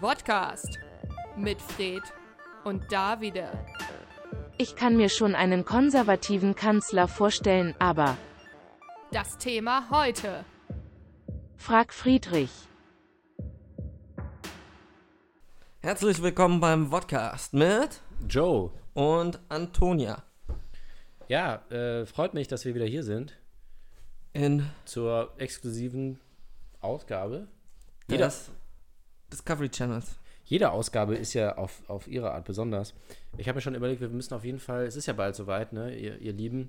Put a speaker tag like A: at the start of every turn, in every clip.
A: Podcast mit Fred und Davide.
B: Ich kann mir schon einen konservativen Kanzler vorstellen, aber
A: Das Thema heute.
B: frag Friedrich.
C: Herzlich willkommen beim Podcast mit
D: Joe,
C: und Antonia
D: ja, äh, freut mich, dass wir wieder hier sind
C: in
D: zur exklusiven Ausgabe. Jeder,
C: des Discovery Channels.
D: jede Ausgabe ist ja auf, auf ihre Art besonders. Ich habe mir schon überlegt, wir müssen auf jeden Fall, es ist ja bald soweit, ne, ihr, ihr Lieben,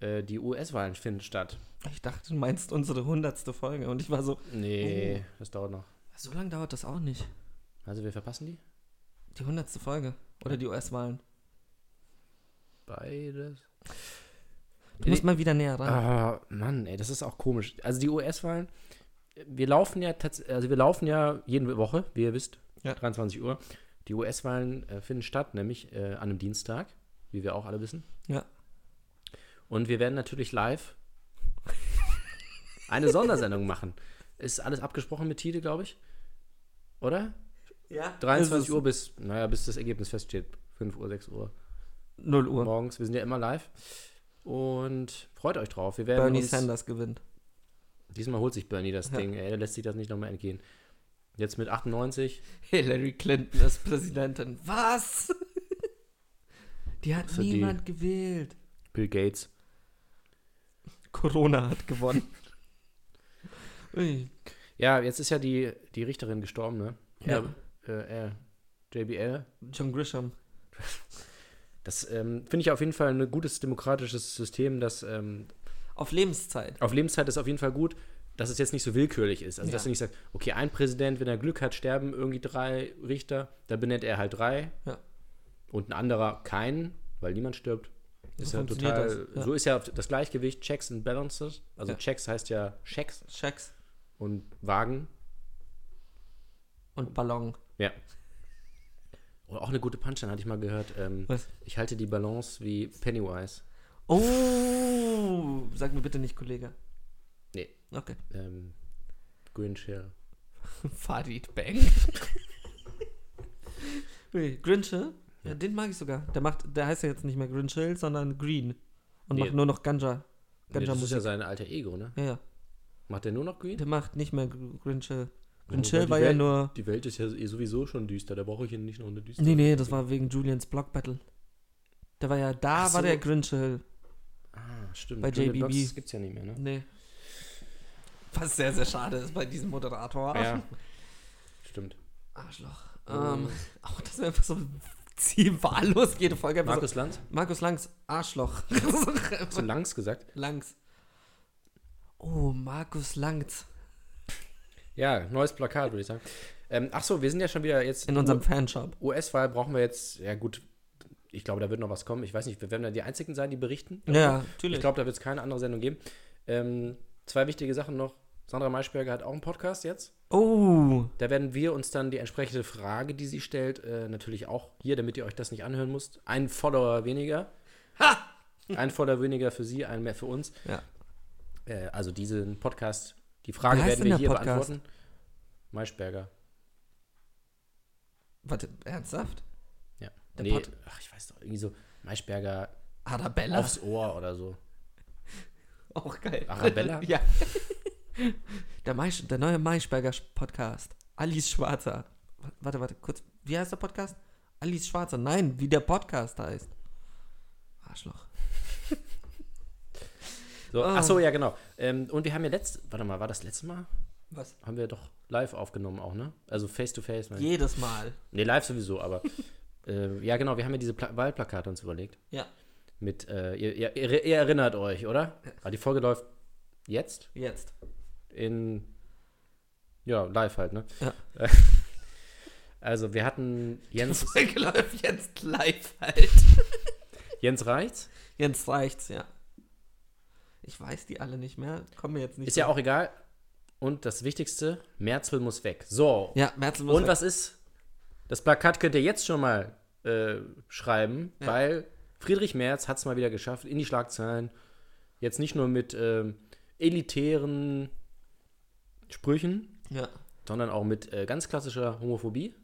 D: äh, die US-Wahlen finden statt.
C: Ich dachte, du meinst unsere hundertste Folge und ich war so,
D: Nee, das dauert noch.
C: so lange dauert das auch nicht.
D: Also wir verpassen die?
C: Die hundertste Folge oder die US-Wahlen.
D: Beides.
C: Du musst mal wieder näher ran.
D: Ah, Mann, ey, das ist auch komisch. Also die US-Wahlen, wir laufen ja tats- also wir laufen ja jede Woche, wie ihr wisst,
C: Ja.
D: 23 Uhr. Die US-Wahlen äh, finden statt, nämlich äh, an einem Dienstag, wie wir auch alle wissen.
C: Ja.
D: Und wir werden natürlich live eine Sondersendung machen. Ist alles abgesprochen mit Tide, glaube ich. Oder?
C: ja.
D: 23 Uhr bis, naja, bis das Ergebnis feststeht. 5 Uhr, 6 Uhr
C: 0 Uhr.
D: morgens. Wir sind ja immer live. Und freut euch drauf. Wir werden
C: Bernie
D: uns,
C: Sanders gewinnt.
D: Diesmal holt sich Bernie das
C: Ja.
D: Ding, ey, der lässt sich das nicht nochmal entgehen. Jetzt mit 98.
C: Hillary Clinton ist Präsidentin. Was? Die hat
D: Also die-
C: niemand gewählt.
D: Bill Gates.
C: Corona hat gewonnen. Ui.
D: Ja, jetzt ist ja die, die Richterin gestorben, ne?
C: Ja.
D: Äh, äh, JBL.
C: John Grisham.
D: Das ähm, finde ich auf jeden Fall ein gutes demokratisches System, das ähm,
C: Auf Lebenszeit.
D: auf Lebenszeit ist auf jeden Fall gut, dass es jetzt nicht so willkürlich ist. Also, dass
C: Ja.
D: du nicht sagst, okay, ein Präsident, wenn er Glück hat, sterben irgendwie drei Richter, dann benennt er halt drei.
C: Ja.
D: Und ein anderer keinen, weil niemand stirbt. Ist
C: So
D: ja
C: funktioniert
D: total.
C: das, ja.
D: So ist ja das Gleichgewicht Checks and Balances. Also
C: Ja.
D: Checks heißt ja Checks
C: Schecks
D: und Wagen.
C: und Ballon.
D: Ja. Oder auch eine gute Punchline, hatte ich mal gehört. Ähm,
C: Was?
D: Ich halte die Balance wie Pennywise.
C: Oh, sag mir bitte nicht, Kollege.
D: Nee,
C: Okay.
D: ähm, Green Shell.
C: Farid Bang. Ui, Grinchel? Ja, den mag ich sogar. Der macht, der heißt ja jetzt nicht mehr Grinchel, sondern Green. Und
D: Nee.
C: macht nur noch Ganja.
D: Nee, das ist ja
C: Ganja-Musik.
D: sein alter Ego, ne?
C: ja, ja.
D: Macht der nur noch Green?
C: Der macht nicht mehr Gr- Grinchel.
D: Wobei
C: Grinchel
D: die
C: war ja
D: Welt-
C: nur.
D: Die Welt ist ja eh sowieso schon düster, da brauche ich ja nicht noch eine düstere.
C: Nee, nee, das war wegen Julians Block Battle. Der war ja, da
D: Ach
C: war
D: so.
C: der Grinchel.
D: Ah, stimmt.
C: Bei
D: Julia
C: JBB.
D: Blocks, Das gibt's ja nicht mehr, ne?
C: Nee. Was sehr, sehr schade ist bei diesem Moderator.
D: Ja. Stimmt.
C: Arschloch. Ähm, auch dass wir einfach so ziehen wahllos jede Folge einfach
D: Markus Lanz?
C: so, Markus Langs, Arschloch.
D: Hast du Lanz gesagt?
C: Langs. Oh, Markus Langs.
D: Ja, neues Plakat, würde ich sagen. Ähm, ach so, wir sind ja schon wieder jetzt
C: In unserem Fanshop.
D: US-Wahl brauchen wir jetzt, ja gut, ich glaube, da wird noch was kommen. Ich weiß nicht, wir werden dann die Einzigen sein, die berichten.
C: Ja, natürlich.
D: Ich glaube, da wird es keine andere Sendung geben. Ähm, zwei wichtige Sachen noch. Sandra Maischberger hat auch einen Podcast jetzt.
C: Oh.
D: Da werden wir uns dann die entsprechende Frage, die sie stellt, äh, natürlich auch hier, damit ihr euch das nicht anhören müsst. Ein Follower weniger. Ha! Ein Follower weniger für sie, ein mehr für uns.
C: Ja.
D: Äh, also diesen Podcast, die Frage
C: Wie heißt denn
D: werden wir
C: der
D: hier
C: Podcast?
D: beantworten. Maischberger.
C: Warte, ernsthaft?
D: Ja.
C: Der
D: nee,
C: Pod-
D: ach, ich weiß doch, irgendwie so Maischberger
C: Arabella.
D: aufs Ohr oder so.
C: Auch geil.
D: Arabella?
C: ja. Der, Maisch, der neue Maischberger Podcast. Alice Schwarzer. W- Warte, warte, kurz. Wie heißt der Podcast? Alice Schwarzer. Nein, wie der Podcast heißt. Arschloch.
D: So,
C: Oh.
D: Ach so, ja, genau. Ähm, und wir haben ja letzt, warte mal, war das letzte Mal?
C: Was?
D: Haben wir doch live aufgenommen auch, ne? Also face to face. meine ich.
C: Jedes Mal.
D: Nee, live sowieso, aber äh, ja, genau, wir haben ja diese Pla Wahlplakate uns überlegt.
C: Ja,
D: Mit, äh, ihr, ihr, ihr, ihr erinnert euch, oder? Aber die Folge läuft jetzt
C: jetzt.
D: in, ja, live halt, ne?
C: Ja.
D: Also wir hatten Jens,
C: Folge läuft jetzt live halt.
D: Jens Reichts,
C: Jetzt reicht's, ja. Ich weiß die alle nicht mehr. Kommen mir jetzt nicht.
D: ist ja auch egal. Und das Wichtigste, Merzel muss weg. So,
C: Ja, Merzel muss
D: Und
C: weg.
D: was ist? Das Plakat könnt ihr jetzt schon mal äh, schreiben, weil Friedrich Merz hat es mal wieder geschafft in die Schlagzeilen. Jetzt nicht nur mit ähm, elitären Sprüchen,
C: Ja.
D: sondern auch mit äh, ganz klassischer Homophobie.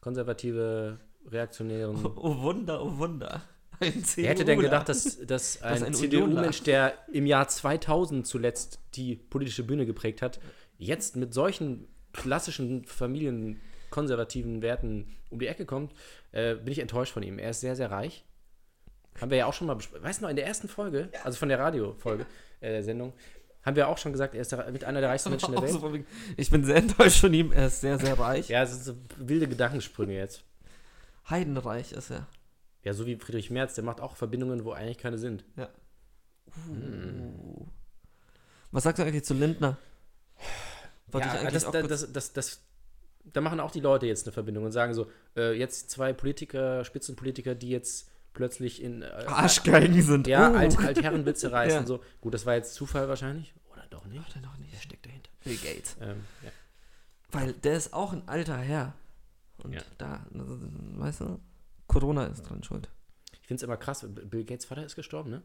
D: konservative, reaktionären.
C: Oh Wunder, oh Wunder. Ein
D: Wer hätte denn gedacht, dass, dass ein,
C: ein
D: CDU-Mensch, der im Jahr 2000 zuletzt die politische Bühne geprägt hat, jetzt mit solchen klassischen familienkonservativen Werten um die Ecke kommt, äh, bin ich enttäuscht von ihm. Er ist sehr, sehr reich. Haben wir ja auch schon mal besprochen. Weißt du noch, in der ersten Folge, also von der Radio-Folge, äh, der Sendung, haben wir auch schon gesagt, er ist der, mit einer der reichsten Menschen der
C: Auch so
D: Welt.
C: von wegen, Ich bin sehr enttäuscht von ihm. Er ist sehr, sehr reich.
D: Ja, es sind so wilde Gedankensprünge jetzt.
C: Heidenreich ist er.
D: Ja, so wie Friedrich Merz, der macht auch Verbindungen, wo eigentlich keine sind.
C: Ja. Was sagst du eigentlich zu Lindner? Wollte ich
D: ja,
C: eigentlich
D: das,
C: auch
D: das,
C: kurz-
D: das, das, das, da machen auch die Leute jetzt eine Verbindung und sagen so, äh, jetzt zwei Politiker, Spitzenpolitiker, die jetzt plötzlich in äh,
C: Arschgeigen sind.
D: ja,
C: Oh.
D: Alt, Altherrenwitze reißen.
C: Ja.
D: So. Gut, das war jetzt Zufall wahrscheinlich. Oder doch nicht.
C: Oder noch nicht. Er steckt dahinter. Bill Gates.
D: Ähm, ja.
C: Weil der ist auch ein alter Herr. Und
D: Ja.
C: da, weißt du, Corona ist dran schuld.
D: Ich finde es immer krass, Bill Gates Vater ist gestorben, ne?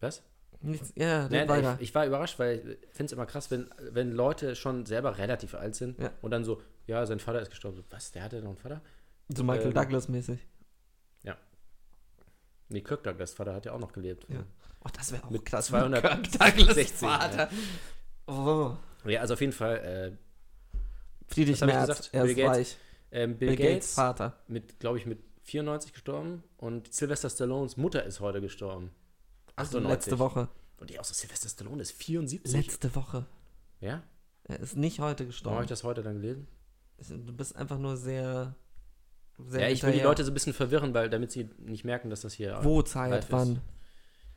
D: Was?
C: Nichts, ja, red
D: Nein,
C: weiter.
D: ich, ich war überrascht, weil ich finde es immer krass, wenn, wenn Leute schon selber relativ alt sind
C: Ja.
D: und dann so, ja, sein Vater ist gestorben. So, was, der hatte noch einen Vater?
C: so Michael
D: ähm,
C: Douglas-mäßig.
D: Nee, Kirk Douglas Vater hat ja auch noch gelebt.
C: Ja. Oh, das wäre auch
D: Mit
C: krass.
D: 200
C: Kirk Douglas
D: 16,
C: Vater. Oh.
D: Ja, also auf jeden Fall
C: Friedrich
D: Was hab ich
C: Merz,
D: gesagt?
C: er
D: Bill
C: ist
D: Gates.
C: reich.
D: äh, ähm, Bill,
C: Bill
D: Gates,
C: Gates Vater.
D: mit, glaube ich, mit 94 gestorben und Sylvester Stallones Mutter ist heute gestorben.
C: Also
D: 98.
C: letzte Woche.
D: Und ich auch so, Sylvester Stallone ist 74.
C: Letzte Woche.
D: Ja?
C: Er ist nicht heute
D: Warum habe
C: gestorben.
D: ich das heute dann gelesen?
C: Du bist einfach nur sehr. sehr
D: Ja, ich will die
C: hinterher.
D: Leute so ein bisschen verwirren, weil damit sie nicht merken, dass das hier
C: Wo,
D: live
C: Zeit,
D: ist.
C: wann?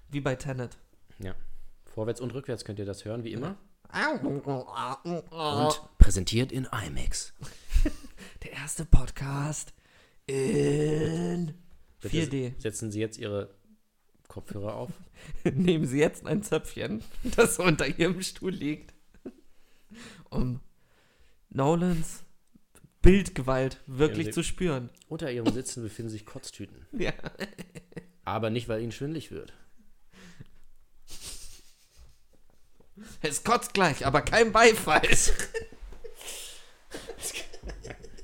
C: Wie bei Tenet.
D: vorwärts und rückwärts könnt ihr das hören, wie immer.
C: Und
D: präsentiert in IMAX.
C: der erste Podcast in 4D.
D: Setzen Sie jetzt Ihre Kopfhörer auf.
C: Nehmen Sie jetzt ein Zöpfchen, das unter Ihrem Stuhl liegt, um Nolans Bildgewalt wirklich
D: Ja,
C: zu spüren.
D: Unter Ihrem Sitzen befinden sich Kotztüten.
C: Ja.
D: Aber nicht, weil Ihnen schwindelig wird.
C: Es kotzt gleich, aber kein Beifall.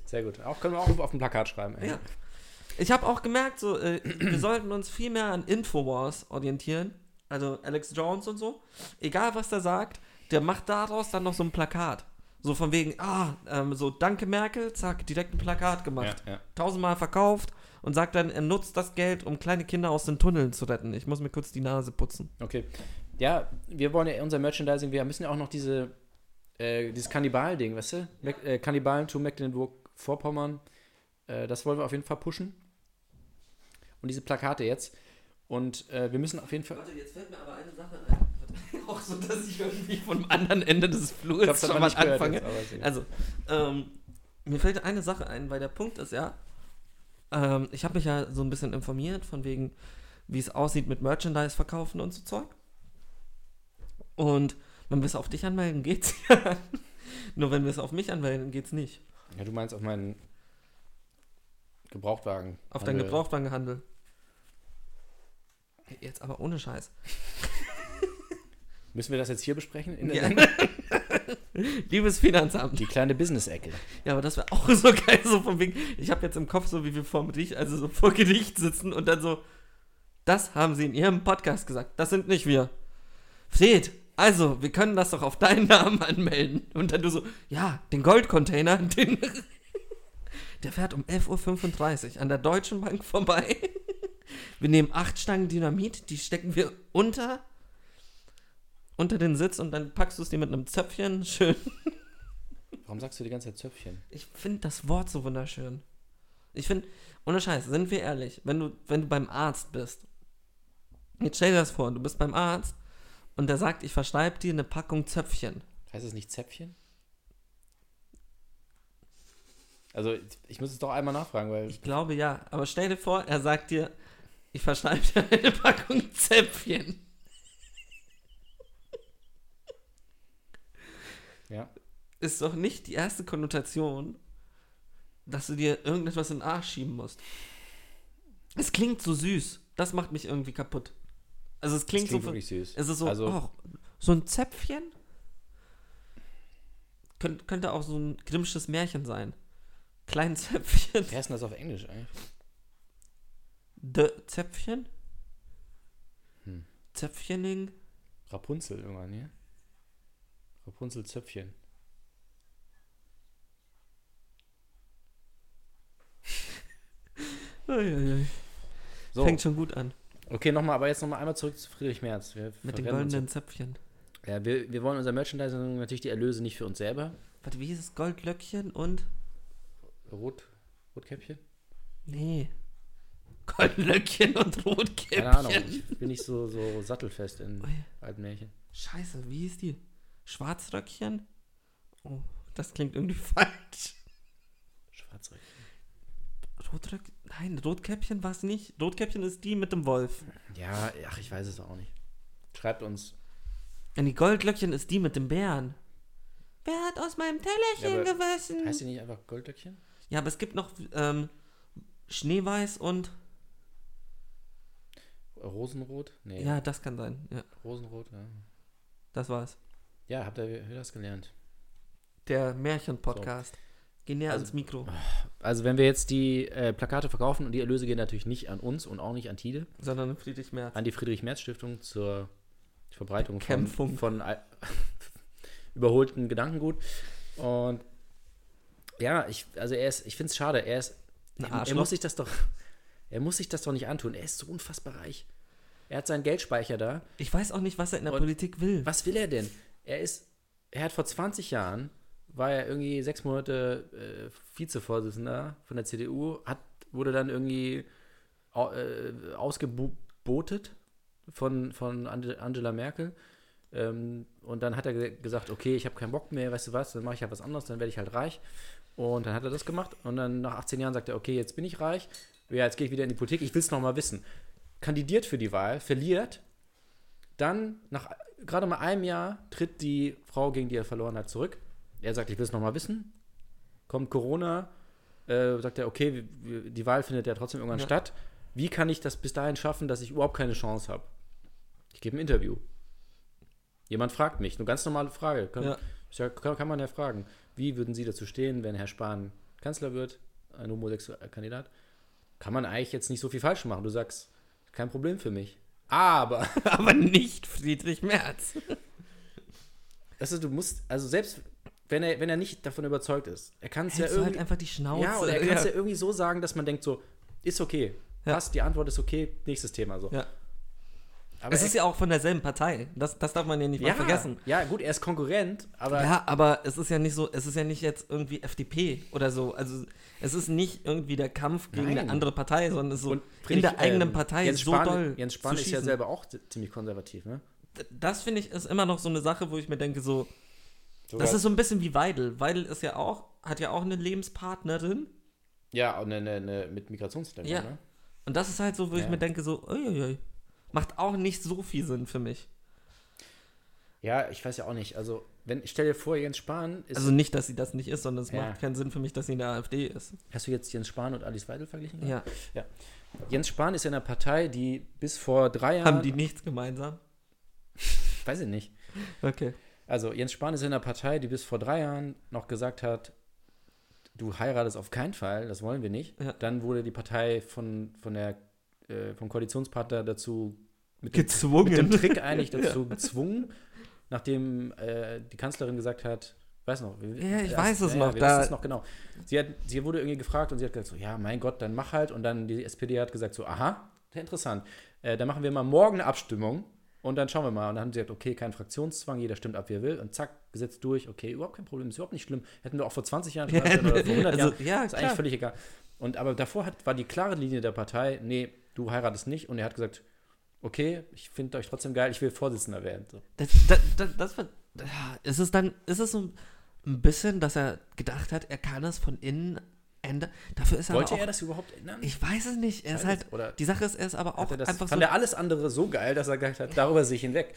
D: Sehr gut. Auch können wir auch auf dem Plakat schreiben. Ey.
C: Ja. Ich habe auch gemerkt, so, äh, wir sollten uns viel mehr an Infowars orientieren. Also Alex Jones und so. Egal, was der sagt, der macht daraus dann noch so ein Plakat. So von wegen, ah, ähm, so danke Merkel, zack, direkt ein Plakat gemacht.
D: Ja, ja.
C: Tausendmal verkauft und sagt dann, er nutzt das Geld, um kleine Kinder aus den Tunneln zu retten. Ich muss mir kurz die Nase putzen.
D: Okay. Ja, wir wollen ja unser Merchandising, wir müssen ja auch noch diese, äh, dieses Kannibal-Ding, weißt du? Mac, äh, Kannibalen to Mecklenburg-Vorpommern. Äh, das wollen wir auf jeden Fall pushen. Und diese Plakate jetzt. Und äh, wir müssen auf jeden Fall.
C: jetzt fällt mir aber eine Sache ein. Auch so, dass ich irgendwie vom anderen Ende des Flurs
D: Ich hab's aber nicht gehört jetzt, aber ist egal.
C: Also, ähm, mir fällt eine Sache ein, weil der Punkt ist ja, ähm, ich habe mich ja so ein bisschen informiert, von wegen, wie es aussieht mit Merchandise verkaufen und so Zeug. Und wenn wir es auf dich anmelden, geht's ja. Nur wenn wir es auf mich anmelden, geht's nicht.
D: Ja, du meinst auf meinen Gebrauchtwagen.
C: Auf deinen
D: Handel.
C: Gebrauchtwarenhandel. Jetzt aber ohne Scheiß.
D: Müssen wir das jetzt hier besprechen? In der
C: Ja.
D: Sendung?
C: Liebes Finanzamt.
D: Die kleine Business-Ecke.
C: Ja, aber das wäre auch so geil, so von wegen. Ich habe jetzt im Kopf, so wie wir vor Gericht, also so vor Gericht sitzen und dann so, das haben sie in ihrem Podcast gesagt. Das sind nicht wir. Fred, also, wir können das doch auf deinen Namen anmelden. Und dann du so, ja, den Goldcontainer, den. Der fährt um 11.35 Uhr an der Deutschen Bank vorbei. Wir nehmen acht Stangen Dynamit, die stecken wir unter, unter den Sitz und dann packst du es dir mit einem Zöpfchen schön
D: Warum sagst du die ganze Zeit Zöpfchen?
C: ich finde das Wort so wunderschön. Ich finde, ohne Scheiß, sind wir ehrlich, wenn du, wenn du beim Arzt bist, jetzt stell dir das vor, du bist beim Arzt und der sagt, ich verschreibe dir eine Packung Zöpfchen.
D: Heißt es nicht Zäpfchen? Also, ich muss es doch einmal nachfragen, weil.
C: Ich glaube ja, aber stell dir vor, er sagt dir, ich verschreibe dir eine Packung Zäpfchen.
D: Ja.
C: Ist doch nicht die erste Konnotation, dass du dir irgendetwas in den Arsch schieben musst. Es klingt so süß. Das macht mich irgendwie kaputt. Also es
D: Das
C: klingt, so.
D: wirklich süß.
C: Es ist so,
D: also,
C: oh, so ein Zäpfchen? Könnt, könnte auch so ein grimmsches Märchen sein. kleinen Zäpfchen.
D: Wie heißt denn das auf Englisch eigentlich?
C: The Zäpfchen?
D: Hm.
C: Zäpfchening?
D: Rapunzel ne? irgendwann, ja? Rapunzel Zöpfchen.
C: Uiuiui.
D: So,
C: Fängt schon gut an.
D: okay, nochmal, aber jetzt nochmal einmal zurück zu Friedrich Merz. Wir
C: Mit den
D: verrennen uns.
C: goldenen Zäpfchen.
D: Ja, wir, wir wollen unser Merchandising natürlich die Erlöse nicht für uns selber.
C: Warte, wie hieß es? Goldlöckchen und.
D: Rot, Rotkäppchen?
C: Nee. Goldlöckchen und Rotkäppchen.
D: Keine Ahnung, ich bin nicht so, so sattelfest in
C: Ui.
D: alten Märchen.
C: Scheiße, wie hieß die? Schwarzröckchen? Oh, das klingt irgendwie falsch.
D: Schwarzröck.
C: Rotröck? Nein, Rotkäppchen war es nicht. Rotkäppchen ist die mit dem Wolf.
D: Ja, ach, ich weiß es auch nicht. Schreibt uns.
C: Und die Goldlöckchen Äh, ist die mit dem Bären. Wer hat aus meinem Tellerchen
D: Ja, aber
C: gewaschen?
D: Heißt die nicht einfach Goldlöckchen?
C: Ja, aber es gibt noch ähm, Schneeweiß und.
D: Rosenrot? Nee,
C: Ja, das kann sein. Ja,
D: Rosenrot, ja.
C: das war's.
D: Ja, habt ihr habt ihr das gelernt?
C: Der Märchen-Podcast. Geh näher
D: Also-
C: ans Mikro,
D: Also, wenn wir jetzt die äh, Plakate verkaufen und die Erlöse gehen natürlich nicht an uns und auch nicht an Tide,
C: sondern Friedrich Merz.
D: an die Friedrich-Merz-Stiftung zur Verbreitung
C: Bekämpfung.
D: von, von al- überholten Gedankengut. Und ja, ich, also er ist, ich finde es schade, er ist,
C: Ein
D: er, er
C: Arschloch.
D: muss sich das doch, er muss sich das doch nicht antun. Er ist so unfassbar reich. Er hat seinen Geldspeicher da.
C: Ich weiß auch nicht, was er in der
D: Und-
C: Politik will.
D: Was will er denn? Er ist, er hat vor 20 Jahren, war er irgendwie sechs Monate äh, Vizevorsitzender von der CDU, hat, wurde dann irgendwie au, äh, ausgebotet von, von Ange- Angela Merkel. Ähm, und dann hat er ge gesagt, okay, ich habe keinen Bock mehr, weißt du was, dann mache ich halt was anderes, dann werde ich halt reich. Und dann hat er das gemacht und dann nach 18 Jahren sagt er, okay, jetzt bin ich reich, ja, jetzt gehe ich wieder in die Politik, ich will es nochmal wissen. Kandidiert für die Wahl, verliert, dann, nach gerade mal einem Jahr, tritt die Frau, gegen die er verloren hat, zurück. Er sagt, ich will es nochmal wissen. Kommt Corona, äh, sagt er, okay, wir- wir- die Wahl findet ja trotzdem irgendwann
C: Ja.
D: statt. Wie kann ich das bis dahin schaffen, dass ich überhaupt keine Chance habe? Ich gebe ein Interview. Jemand fragt mich, eine ganz normale Frage. Kann,
C: Ja.
D: ist ja, kann, kann man ja fragen. Wie würden Sie dazu stehen, wenn Herr Spahn Kanzler wird, ein homosexueller Kandidat? Kann man eigentlich jetzt nicht so viel falsch machen. Du sagst, kein Problem für mich. Aber
C: Aber nicht Friedrich Merz.
D: Das ist, du musst, also selbst wenn er, wenn er nicht davon überzeugt ist, er kann es ja
C: Hältst du halt
D: irgendwie.
C: einfach die Schnauze.
D: ja, oder er kann es ja. irgendwie so sagen, dass man denkt so, ist okay.
C: Ja.
D: Passt, die Antwort ist okay, nächstes Thema so.
C: Ja.
D: Aber
C: Es ist ja auch von derselben Partei. Das, das darf man ja nicht mal vergessen.
D: Ja, gut, er ist Konkurrent, aber
C: Ja, aber es ist ja nicht so, es ist ja nicht jetzt irgendwie FDP oder so. Also es ist nicht irgendwie der Kampf gegen
D: Nein.
C: eine andere Partei, sondern es ist so
D: Und
C: in
D: Friedrich,
C: der eigenen
D: ähm,
C: Partei
D: Jens
C: so
D: Spahn,
C: doll.
D: Jens Spahn
C: zu
D: ist ja
C: schießen.
D: selber auch zi- ziemlich konservativ, ne?
C: D- Das finde ich ist immer noch so eine Sache, wo ich mir denke, so,
D: Sogar,
C: das ist so ein bisschen wie Weidel. Weidel ist ja auch, hat ja auch eine Lebenspartnerin.
D: ja, und eine, eine, mit Migrationshintergrund,
C: Ja.
D: ne?
C: Und das ist halt so, wo ich
D: Ja.
C: mir denke, so, uiuiui. Macht auch nicht so viel Sinn für mich.
D: Ja, ich weiß ja auch nicht. Also, wenn, stell dir vor, Jens Spahn ist.
C: Also nicht, dass sie das nicht ist, sondern es
D: Ja.
C: macht keinen Sinn für mich, dass sie in der AfD ist.
D: hast du jetzt Jens Spahn und Alice Weidel verglichen?
C: Ja.
D: Jens Spahn ist ja in einer Partei, die bis vor drei Jahren.
C: Haben die nichts gemeinsam?
D: Weiß ich nicht.
C: Okay.
D: Also Jens Spahn ist in einer Partei, die bis vor drei Jahren noch gesagt hat, du heiratest auf keinen Fall, das wollen wir nicht.
C: Ja.
D: Dann wurde die Partei von, von der, äh, vom Koalitionspartner dazu mit dem,
C: Gezwungen.
D: mit dem Trick eigentlich dazu gezwungen, nachdem äh, die Kanzlerin gesagt hat, weiß noch. wir-
C: Ja, ich
D: das-
C: weiß es
D: ja,
C: noch,
D: Wir wissen
C: da-
D: es noch genau. Sie, hat, sie wurde irgendwie gefragt und sie hat gesagt, so, ja, mein Gott, dann mach halt. Und dann die SPD hat gesagt, so, aha, sehr interessant. Äh, dann machen wir mal morgen eine Abstimmung und dann schauen wir mal. Und dann haben sie gesagt, okay, kein Fraktionszwang, jeder stimmt ab, wie er will. Und zack, Gesetz durch, okay, überhaupt kein Problem, ist überhaupt nicht schlimm. Hätten wir auch vor 20
C: ne?
D: Jahren schon abstimmen oder vor 100
C: Also,
D: Jahren.
C: ja,
D: ne, ist
C: klar.
D: eigentlich völlig egal. Und aber davor hat, war die klare Linie der Partei, nee, du heiratest nicht. Und er hat gesagt, okay, ich finde euch trotzdem geil, ich will Vorsitzender werden. So.
C: Das, das, das, das, ver- ja, ist es dann, ist es so ein bisschen, dass er gedacht hat, er kann es von innen ändern. Dafür ist er
D: Wollte
C: aber auch,
D: er das überhaupt ändern?
C: Ich weiß es nicht. Er ist
D: Weiß
C: halt,
D: es, oder
C: die Sache ist, er ist aber auch
D: Hat er das,
C: einfach
D: fand
C: so.
D: er alles andere so geil, dass er gesagt hat, darüber sehe ich hinweg.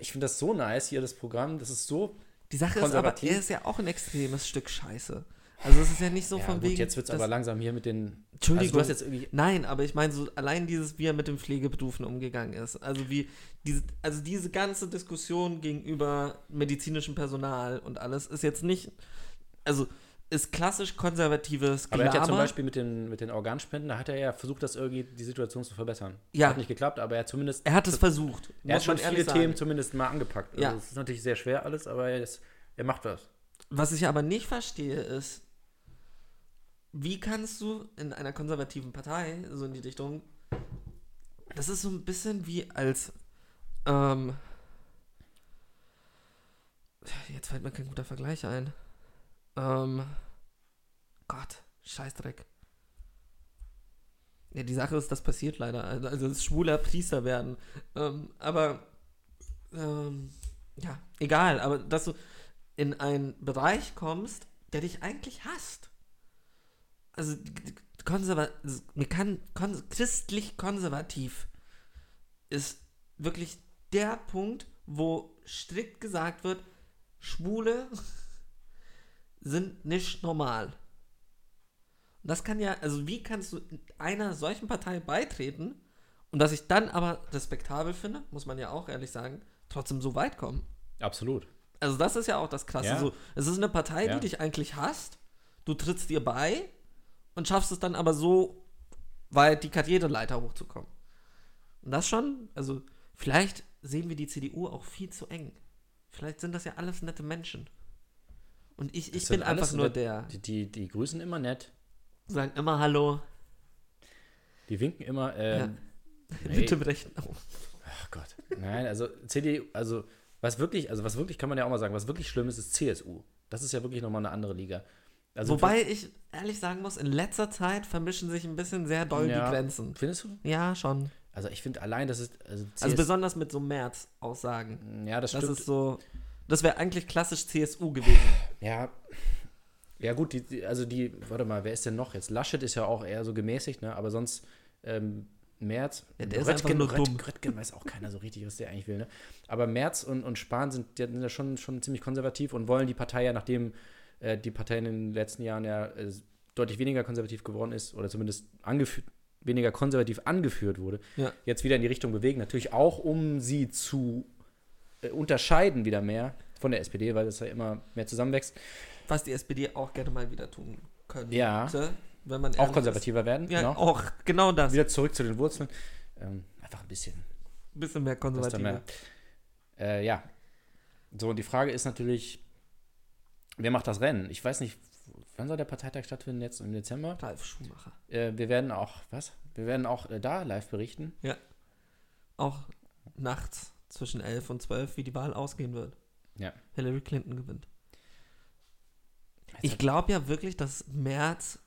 D: Ich finde das so nice hier, das Programm. Das ist so.
C: Die Sache ist aber,
D: konservativ.
C: er ist ja auch ein extremes Stück Scheiße. Also es ist ja nicht so
D: ja,
C: von
D: gut,
C: wegen.
D: jetzt wird es
C: dass-
D: aber langsam hier mit den.
C: Entschuldigung.
D: Also du hast jetzt irgendwie.
C: Nein, aber ich meine, so allein dieses, wie er mit den Pflegeberufen umgegangen ist. Also wie diese, also diese ganze Diskussion gegenüber medizinischem Personal und alles ist jetzt nicht, also ist klassisch konservatives
D: Aber er hat ja zum
C: Gelaber.
D: Beispiel mit den, mit den Organspenden, da hat er ja versucht, das irgendwie die Situation zu verbessern.
C: Ja.
D: Hat nicht geklappt, aber er hat zumindest.
C: Er hat es versucht.
D: er hat
C: muss man
D: schon viele
C: ehrlich sagen.
D: Themen zumindest mal angepackt. Also
C: Ja.
D: Es ist natürlich sehr schwer alles, aber er, ist, er macht was.
C: Was ich aber nicht verstehe, ist, wie kannst du in einer konservativen Partei, so in die Richtung, das ist so ein bisschen wie als, ähm, jetzt fällt mir kein guter Vergleich ein, ähm, Gott, Scheißdreck. Ja, die Sache ist, das passiert leider, also, also es ist schwuler Priester werden, ähm, aber, ähm, ja, egal, aber dass du, in einen Bereich kommst, der dich eigentlich hasst. Also g- g- konserva also, mir kann kon christlich konservativ ist wirklich der Punkt, wo strikt gesagt wird, Schwule sind nicht normal. Und das kann ja, also wie kannst du einer solchen Partei beitreten und dass ich dann aber respektabel finde, muss man ja auch ehrlich sagen, trotzdem so weit kommen.
D: Absolut.
C: Also das ist ja auch das Krasse.
D: Ja.
C: So, es ist eine Partei,
D: Ja.
C: die dich eigentlich hasst. Du trittst ihr bei und schaffst es dann aber so weit, die Karriereleiter hochzukommen. Und das schon, also vielleicht sehen wir die CDU auch viel zu eng. Vielleicht sind das ja alles nette Menschen. Und ich, ich
D: Das sind
C: bin einfach
D: alles
C: nur
D: nett-
C: der.
D: Die, die, die grüßen immer nett,
C: Sagen immer Hallo,
D: die winken immer. Ähm, nee,
C: mit dem rechten Auge.
D: Ach Gott. Nein, also CDU, also was wirklich, also was wirklich kann man ja auch mal sagen, was wirklich schlimm ist, ist CSU. Das ist ja wirklich nochmal eine andere Liga. Also
C: Wobei ich ehrlich sagen muss, in letzter Zeit vermischen sich ein bisschen sehr doll
D: Ja.
C: die Grenzen.
D: Findest du?
C: Ja, schon.
D: Also ich finde allein, das ist. Also,
C: Also
D: CS
C: besonders mit so März-Aussagen.
D: ja, das
C: Das
D: stimmt.
C: ist so. Das wäre eigentlich klassisch CSU gewesen.
D: Ja. Ja, gut, die- die, also die, warte mal, wer ist denn noch jetzt? Laschet ist ja auch eher so gemäßigt, ne? Aber sonst, ähm, Merz.
C: Ja, der ist einfach nur dumm.
D: Röttgen weiß auch keiner so richtig, was der eigentlich will, ne? Aber Merz und, und Spahn sind, die sind ja schon, schon ziemlich konservativ und wollen die Partei ja, nachdem äh, die Partei in den letzten Jahren ja äh, deutlich weniger konservativ geworden ist, oder zumindest angeführt weniger konservativ angeführt wurde,
C: Ja.
D: jetzt wieder in die Richtung bewegen. Natürlich auch, um sie zu äh, unterscheiden wieder mehr von der SPD, weil das ja immer mehr zusammenwächst.
C: Was die SPD auch gerne mal wieder tun könnte.
D: Ja.
C: Wenn man
D: auch
C: ehrlich
D: konservativer werden.
C: Ist. Ja,
D: genau.
C: auch genau das.
D: Wieder zurück zu den Wurzeln. Ähm, einfach ein bisschen.
C: ein bisschen mehr
D: dass da
C: konservativ.
D: mehr- Äh, ja. So, und die Frage ist natürlich, wer macht das Rennen? Ich weiß nicht, wann soll der Parteitag stattfinden? Jetzt im Dezember?
C: Ralf Schumacher.
D: Äh, wir werden auch, was? Wir werden auch äh, da live berichten.
C: Auch nachts zwischen 11 und 12, wie die Wahl ausgehen wird.
D: Ja.
C: Hillary Clinton gewinnt. Ich glaube ja wirklich, dass Merz.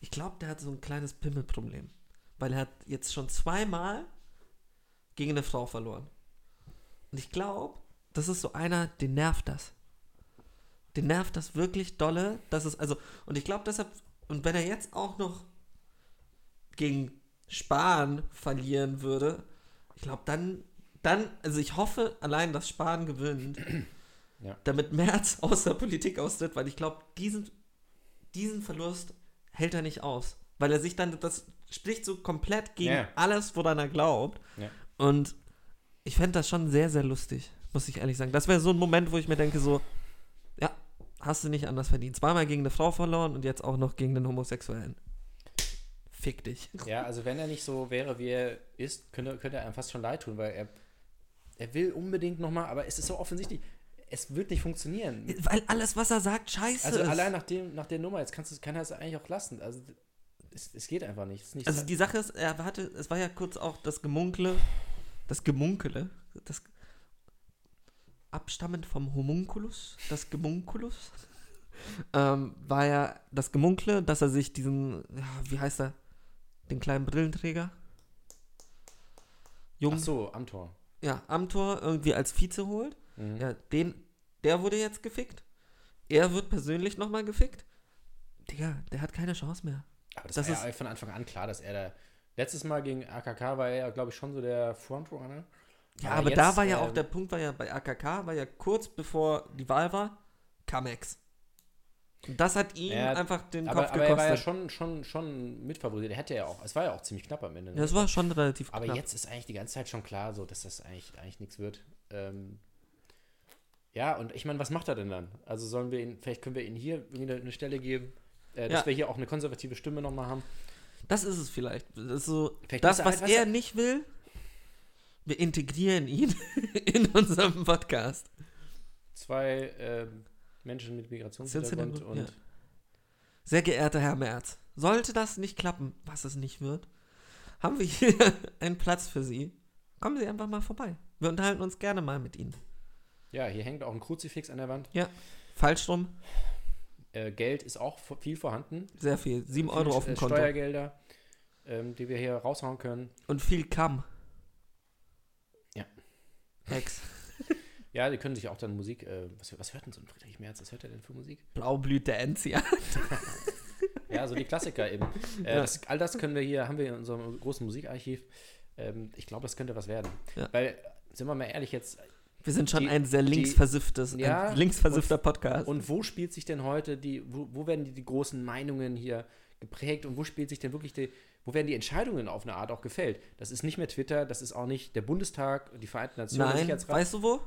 C: Ich glaube, der hat so ein kleines Pimmelproblem. Weil er hat jetzt schon zweimal gegen eine Frau verloren. Und ich glaube, das ist so einer, den nervt das. Den nervt das wirklich dolle. Das ist also, und ich glaube deshalb, und wenn er jetzt auch noch gegen Spahn verlieren würde, ich glaube, dann, dann, also ich hoffe allein, dass Spahn gewinnt,
D: Ja.
C: damit Merz aus der Politik austritt, weil ich glaube, diesen, diesen Verlust hält er nicht aus. Weil er sich dann, das spricht so komplett gegen
D: Ja.
C: alles, woran er glaubt.
D: Ja.
C: Und ich fände das schon sehr, sehr lustig, muss ich ehrlich sagen. Das wäre so ein Moment, wo ich mir denke, so, ja, hast du nicht anders verdient. Zweimal gegen eine Frau verloren und jetzt auch noch gegen den Homosexuellen. Fick dich.
D: Ja, also wenn er nicht so wäre, wie er ist, könnte, könnte er einem fast schon leid tun, weil er, er will unbedingt nochmal, aber es ist so offensichtlich, es wird nicht funktionieren.
C: Weil alles, was er sagt, scheiße
D: Also
C: ist.
D: allein nach, dem, nach der Nummer, jetzt kannst du, kann er es eigentlich auch lassen. Also es, es geht einfach nicht. Es ist nicht
C: also die Sache ist, er hatte, es war ja kurz auch das Gemunkle, das Gemunkele, das abstammend vom Homunculus, das Gemunculus, ähm, war ja das Gemunkle, dass er sich diesen, ja, wie heißt er, den kleinen Brillenträger, Jung,
D: Ach so, am Tor.
C: ja, Amtor irgendwie als Vize holt.
D: Mhm.
C: Ja, den, der wurde jetzt gefickt. Er wird persönlich nochmal gefickt. Digga, der hat keine Chance mehr.
D: Aber das,
C: das
D: war ja von Anfang an klar, dass er da. Letztes Mal gegen AKK war er, ja, glaube ich, schon so der Frontrunner.
C: Ja, aber, da
D: jetzt,
C: war ja auch
D: ähm,
C: der Punkt, war ja bei AKK, war ja kurz bevor die Wahl war, Kamex. Und das hat ihm
D: Ja,
C: einfach den
D: Aber,
C: Kopf
D: aber er war ja
C: gekostet.
D: schon, schon, schon mitfavorisiert. Er hätte ja auch. Es war ja auch ziemlich knapp am Ende. ne?
C: das war schon relativ
D: aber
C: knapp.
D: jetzt ist eigentlich die ganze Zeit schon klar, so, dass das eigentlich, eigentlich nichts wird. Ähm, Ja, und ich meine, was macht er denn dann? Also sollen wir ihn, vielleicht können wir ihn hier irgendwie eine, eine Stelle geben, äh, dass
C: Ja.
D: wir hier auch eine konservative Stimme nochmal haben.
C: Das ist es vielleicht. Das ist so,
D: Vielleicht
C: das,
D: muss er
C: was
D: halt was-
C: er nicht will, wir integrieren ihn in unserem Podcast.
D: Zwei ähm, Menschen mit Migrationshintergrund und
C: Hintergrund, Sehr geehrter Herr Merz, sollte das nicht klappen, was es nicht wird, haben wir hier einen Platz für Sie. Kommen Sie einfach mal vorbei. Wir unterhalten uns gerne mal mit Ihnen.
D: ja, hier hängt auch ein Kruzifix an der Wand.
C: Falsch rum,
D: Äh, Geld ist auch vo- viel vorhanden.
C: sehr viel. 7 Euro
D: Viel,
C: auf dem
D: äh,
C: Konto.
D: Steuergelder, ähm, die wir hier raushauen können.
C: Und viel Kamm.
D: Ja.
C: Ex.
D: Ja, die können sich auch dann Musik. Äh, was, was hört denn so ein Friedrich Merz? Was hört er denn für Musik?
C: Blaublüte Enzia.
D: Ja, so die Klassiker eben. Äh,
C: Ja.
D: das, all das können wir hier, haben wir in unserem großen Musikarchiv. Ähm, ich glaube, das könnte was werden.
C: Ja.
D: Weil, sind wir mal ehrlich jetzt,
C: Wir sind schon
D: Die-
C: ein sehr
D: die-
C: linksversifftes,
D: Ja,
C: ein linksversiffter Podcast.
D: und wo spielt sich denn heute die, wo, wo werden die, die großen Meinungen hier geprägt und wo spielt sich denn wirklich die, wo werden die Entscheidungen auf eine Art auch gefällt? Das ist nicht mehr Twitter, das ist auch nicht der Bundestag, die Vereinten Nationen, der
C: Nein,
D: Sicherheitsrat.
C: weißt du wo?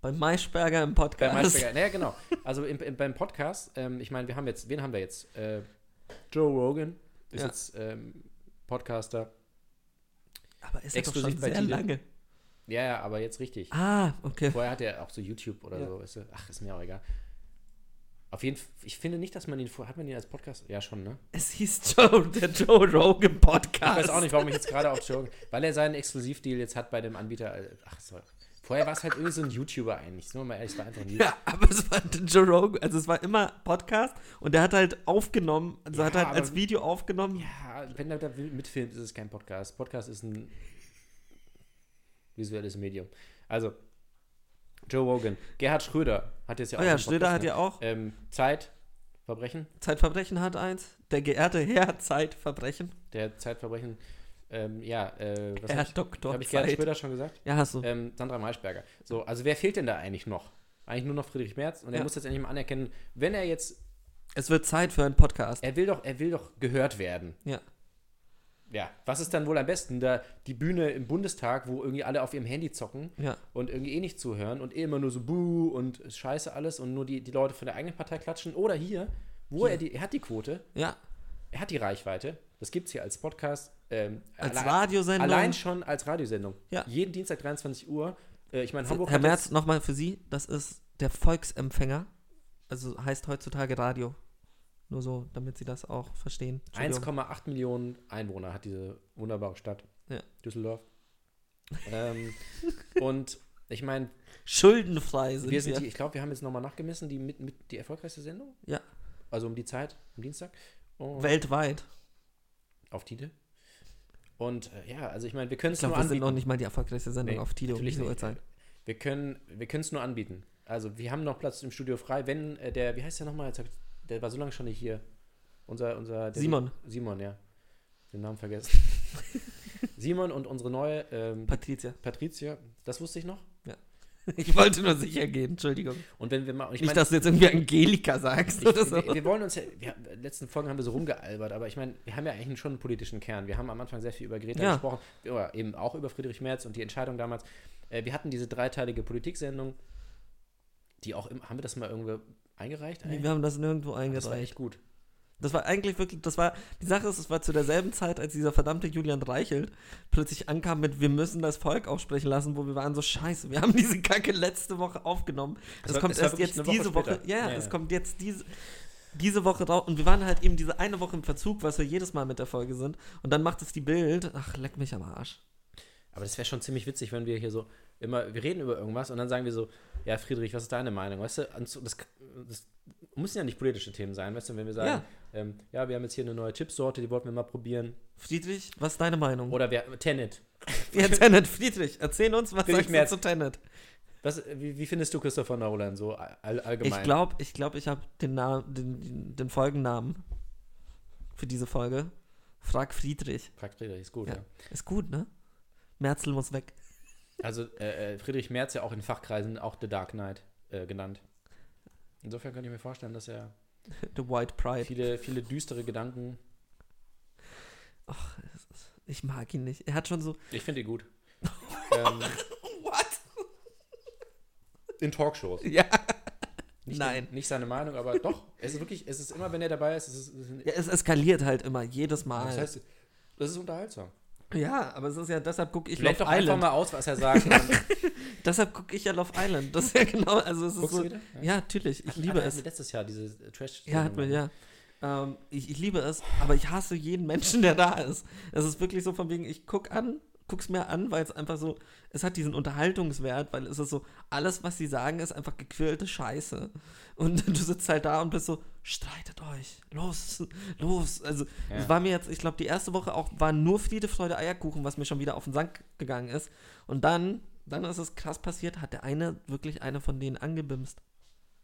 C: Bei Maischberger im Podcast.
D: Bei Maischberger. Naja, genau. Also im, im, beim Podcast, ähm, ich meine, wir haben jetzt, wen haben wir jetzt? Äh, Joe Rogan ist
C: Ja.
D: jetzt ähm, Podcaster.
C: Aber ist
D: Exklusiv
C: Exklusiv
D: bei
C: doch schon sehr
D: Tide.
C: lange.
D: Ja, ja, aber jetzt richtig.
C: Ah, okay.
D: Vorher hat er auch so YouTube oder
C: Ja.
D: so, weißt du? Ach, ist mir auch egal. Auf jeden Fall, ich finde nicht, dass man ihn vorher, hat man ihn als Podcast? Ja, schon, ne?
C: Es hieß Joe, der Joe Rogan
D: Ich
C: Podcast.
D: weiß auch nicht, warum ich jetzt gerade auf Joe, weil er seinen Exklusivdeal jetzt hat bei dem Anbieter. äh, Ach, so. Vorher war es halt irgendwie so ein YouTuber eigentlich. Nur mal ehrlich, es war einfach ein YouTuber.
C: Ja, aber es war der Joe Rogan, also es war immer Podcast und der hat halt aufgenommen, also
D: Ja,
C: hat halt
D: aber-
C: als Video aufgenommen.
D: Ja, Ah, wenn er da will- mitfilmt, ist es kein Podcast. Podcast ist ein visuelles Medium. Also, Joe Rogan. Gerhard Schröder hat jetzt ja
C: oh
D: auch.
C: ja,
D: einen
C: Schröder hat
D: Podcast,
C: ja auch
D: ne? Ähm, Zeit, Verbrechen.
C: Zeitverbrechen hat eins. Der geehrte Herr Zeitverbrechen.
D: Der Zeitverbrechen. Ähm, ja, äh, was
C: Herr
D: hab ich-
C: Doktor
D: Habe ich Gerhard
C: Zeit.
D: Schröder schon gesagt?
C: Ja, hast du.
D: Ähm, Sandra Maischberger. So, also wer fehlt denn da eigentlich noch? Eigentlich nur noch Friedrich Merz und er
C: Ja.
D: muss jetzt endlich mal anerkennen, wenn er jetzt,
C: Es wird Zeit für einen Podcast.
D: er will doch, er will doch gehört werden.
C: Ja.
D: Ja, was ist dann wohl am besten? Da die Bühne im Bundestag, wo irgendwie alle auf ihrem Handy zocken
C: Ja.
D: und irgendwie eh nicht zuhören und eh immer nur so buh und ist scheiße alles und nur die, die Leute von der eigenen Partei klatschen. Oder hier, wo er die, er hat die Quote,
C: Ja.
D: er hat die Reichweite. Das gibt es hier als Podcast. Ähm,
C: Als
D: alle-
C: Radiosendung.
D: Allein schon als Radiosendung.
C: Ja.
D: Jeden Dienstag 23 Uhr. Äh, ich meine, Hamburg
C: Herr
D: hat jetzt-
C: Merz, nochmal für Sie, das ist der Volksempfänger. Also heißt heutzutage Radio. Nur so, damit Sie das auch verstehen. Entschuldigung.
D: 1,8 Millionen Einwohner hat diese wunderbare Stadt.
C: Ja.
D: Düsseldorf. ähm, und ich meine,
C: Schuldenfrei sind
D: wir sind die, ich glaube, wir haben jetzt nochmal nachgemessen, die mit, mit die erfolgreichste Sendung.
C: Ja.
D: Also um die Zeit, am Dienstag. Und
C: Weltweit.
D: auf Tide. Und äh, ja, also ich meine, wir können
C: Ich
D: es
C: glaube,
D: nur
C: wir sind
D: anbieten.
C: noch nicht mal die erfolgreichste Sendung
D: Nee,
C: auf Tide um
D: natürlich
C: diese
D: nicht.
C: Uhrzeit.
D: Wir können wir können es nur anbieten. Also wir haben noch Platz im Studio frei, wenn äh, der, wie heißt der nochmal? Jetzt hab ich- Der war so lange schon nicht hier. Unser, unser der
C: Simon.
D: Simon, ja. Den Namen vergessen. Simon und unsere neue ähm,
C: Patricia.
D: Patricia, das wusste ich noch.
C: Ich wollte nur sicher gehen, Entschuldigung.
D: Und wenn wir mal, und ich
C: nicht,
D: meine,
C: dass du jetzt irgendwie Angelika sagst oder so.
D: wir, wir wollen uns ja, wir, in den letzten Folgen haben wir so rumgealbert, aber ich meine, wir haben ja eigentlich schon einen politischen Kern. Wir haben am Anfang sehr viel über Greta
C: Ja.
D: gesprochen, oder eben auch über Friedrich Merz und die Entscheidung damals. Äh, wir hatten diese dreiteilige Politiksendung, die auch im, haben wir das mal irgendwo eingereicht?
C: Nee, wir haben das nirgendwo
D: das war
C: eingereicht.
D: echt gut.
C: Das war eigentlich wirklich, das war, die Sache ist, es war zu derselben Zeit, als dieser verdammte Julian Reichelt plötzlich ankam mit, wir müssen das Volk aussprechen lassen, wo wir waren so scheiße, wir haben diese Kacke letzte Woche aufgenommen.
D: Es
C: Es
D: war-
C: kommt
D: Also, es war
C: erst
D: wirklich
C: jetzt
D: eine Woche
C: diese Woche,
D: später.
C: ja, ja,
D: Ja, ja.
C: es kommt jetzt diese, diese Woche raus und wir waren halt eben diese eine Woche im Verzug, was wir jedes Mal mit der Folge sind und dann macht es die Bild, ach, leck mich am Arsch.
D: Aber das wäre schon ziemlich witzig, wenn wir hier so immer, wir reden über irgendwas und dann sagen wir so, ja, Friedrich, was ist deine Meinung? Weißt du, und so, das, das müssen ja nicht politische Themen sein, weißt du, wenn wir sagen, ja, ähm, ja wir haben jetzt hier eine neue Chipsorte, die wollten wir mal probieren.
C: Friedrich, was ist deine Meinung?
D: Oder wer, Tenet.
C: Ja, Tenet, Friedrich, erzähl uns, was
D: Friedrich
C: sagst
D: Merz.
C: du zu Tenet?
D: Was, wie, wie findest du Christopher Nolan so all, allgemein?
C: Ich glaube, ich, glaub, ich habe den, Na- den, den, den Folgennamen für diese Folge. Frag Friedrich.
D: Fragt Friedrich, ist gut, ja.
C: Ja. Ist gut, ne? Merzel muss weg.
D: Also äh, äh, Friedrich Merz ja auch in Fachkreisen auch The Dark Knight äh, genannt. Insofern könnte ich mir vorstellen, dass er
C: The White Pride.
D: viele, viele düstere Gedanken.
C: Ich mag ihn nicht. Er hat schon so.
D: Ich finde die gut. ähm,
C: What?
D: in Talkshows.
C: Ja.
D: Nicht,
C: Nein.
D: Nicht seine Meinung, aber doch. Es ist wirklich, es ist immer, wenn er dabei ist, es ist, es ist
C: Ja, es eskaliert halt immer, jedes Mal.
D: das heißt, das ist unterhaltsam.
C: ja, aber es ist ja, deshalb gucke ich
D: Blend
C: Love
D: doch
C: Island.
D: einfach mal aus, was er sagt. und dann-
C: Deshalb gucke ich ja Love Island. Das ist ja genau, also es ist
D: Guckst du
C: so,
D: wieder?
C: ja. natürlich, ich liebe
D: Hat er
C: es.
D: letztes Jahr diese äh, trash
C: Ja, hat mir, ja. Ähm, ich, ich liebe es, aber ich hasse jeden Menschen, der da ist. Es ist wirklich so von wegen, ich guck an, guck's mir an, weil es einfach so, es hat diesen Unterhaltungswert, weil es ist so, alles, was sie sagen, ist einfach gequirlte Scheiße. Und du sitzt halt da und bist so, streitet euch, los, los. Also,
D: Ja.
C: es war mir jetzt, ich glaube, die erste Woche auch war nur Friede, Freude, Eierkuchen, was mir schon wieder auf den Sank gegangen ist. Und dann, dann ist es krass passiert, hat der eine wirklich einer von denen angebimst.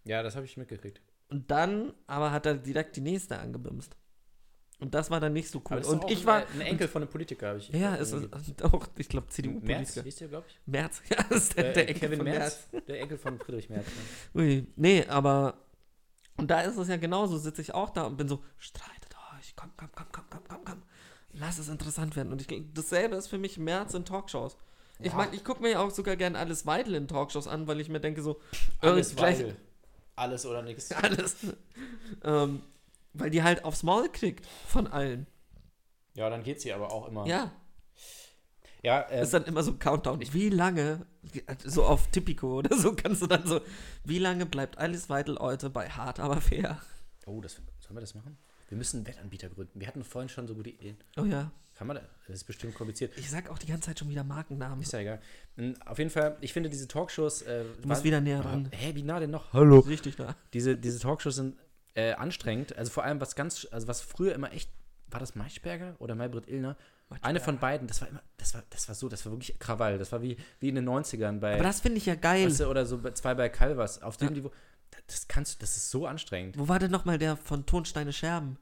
D: Ja, das habe ich mitgekriegt.
C: Und dann aber hat er direkt die nächste angebimst. Und das war dann nicht so
D: Aber
C: cool.
D: das ist
C: Und
D: auch
C: ich
D: ein,
C: war.
D: äh, Ein Enkel von einem Politiker, habe ich.
C: ja,
D: äh,
C: es
D: irgendwie-
C: ist auch, ich glaube,
D: Merz,
C: CDU-Politiker.
D: hieß der, glaube ich.
C: Merz. Ja, das ist der, der
D: Äh,
C: Enkel
D: Kevin
C: von
D: Merz. Der Enkel von Friedrich Merz. ne? ja.
C: Ui, nee, aber. Und da ist es ja genauso, sitze ich auch da und bin so, streitet euch, komm, komm, komm, komm, komm, komm, komm. Lass es interessant werden. Und ich, gl- dasselbe ist für mich Merz in Talkshows. Ich meine, ich gucke mir ja auch sogar gerne alles Weidel in Talkshows an, weil ich mir denke so,
D: Alles
C: äh, gleich-
D: Weidel. Alles oder nichts.
C: alles. ähm, weil die halt aufs Maul kriegt von allen.
D: Ja, dann geht's hier aber auch immer.
C: Ja.
D: ja ähm,
C: ist dann immer so ein Countdown. wie lange, so auf Tipico oder so, kannst du dann so, wie lange bleibt Alice Weidel heute bei Hart, aber fair?
D: oh, das, sollen wir das machen? Wir müssen einen Wettanbieter gründen. Wir hatten vorhin schon so gute Ideen.
C: Oh ja.
D: Kann man da? Das ist bestimmt kompliziert.
C: Ich sag auch die ganze Zeit schon wieder Markennamen.
D: Ist ja egal. Ähm, Auf jeden Fall, ich finde diese Talkshows. Äh,
C: du musst wieder näher ran.
D: Hä, wie nah denn noch? Hallo.
C: Richtig da.
D: diese, diese Talkshows sind äh, anstrengend. Also vor allem, was ganz, also was früher immer echt, war das Maischberger oder Maybrit Illner? Eine von beiden, das war immer, das war, das war so, das war wirklich Krawall. Das war wie, wie in den 90ern bei
C: Aber das finde ich ja geil.
D: weißt du, oder so bei- zwei bei Calvas auf dem Niveau. Da- Das kannst du, das ist so anstrengend.
C: Wo war denn nochmal der von Tonsteine Scherben?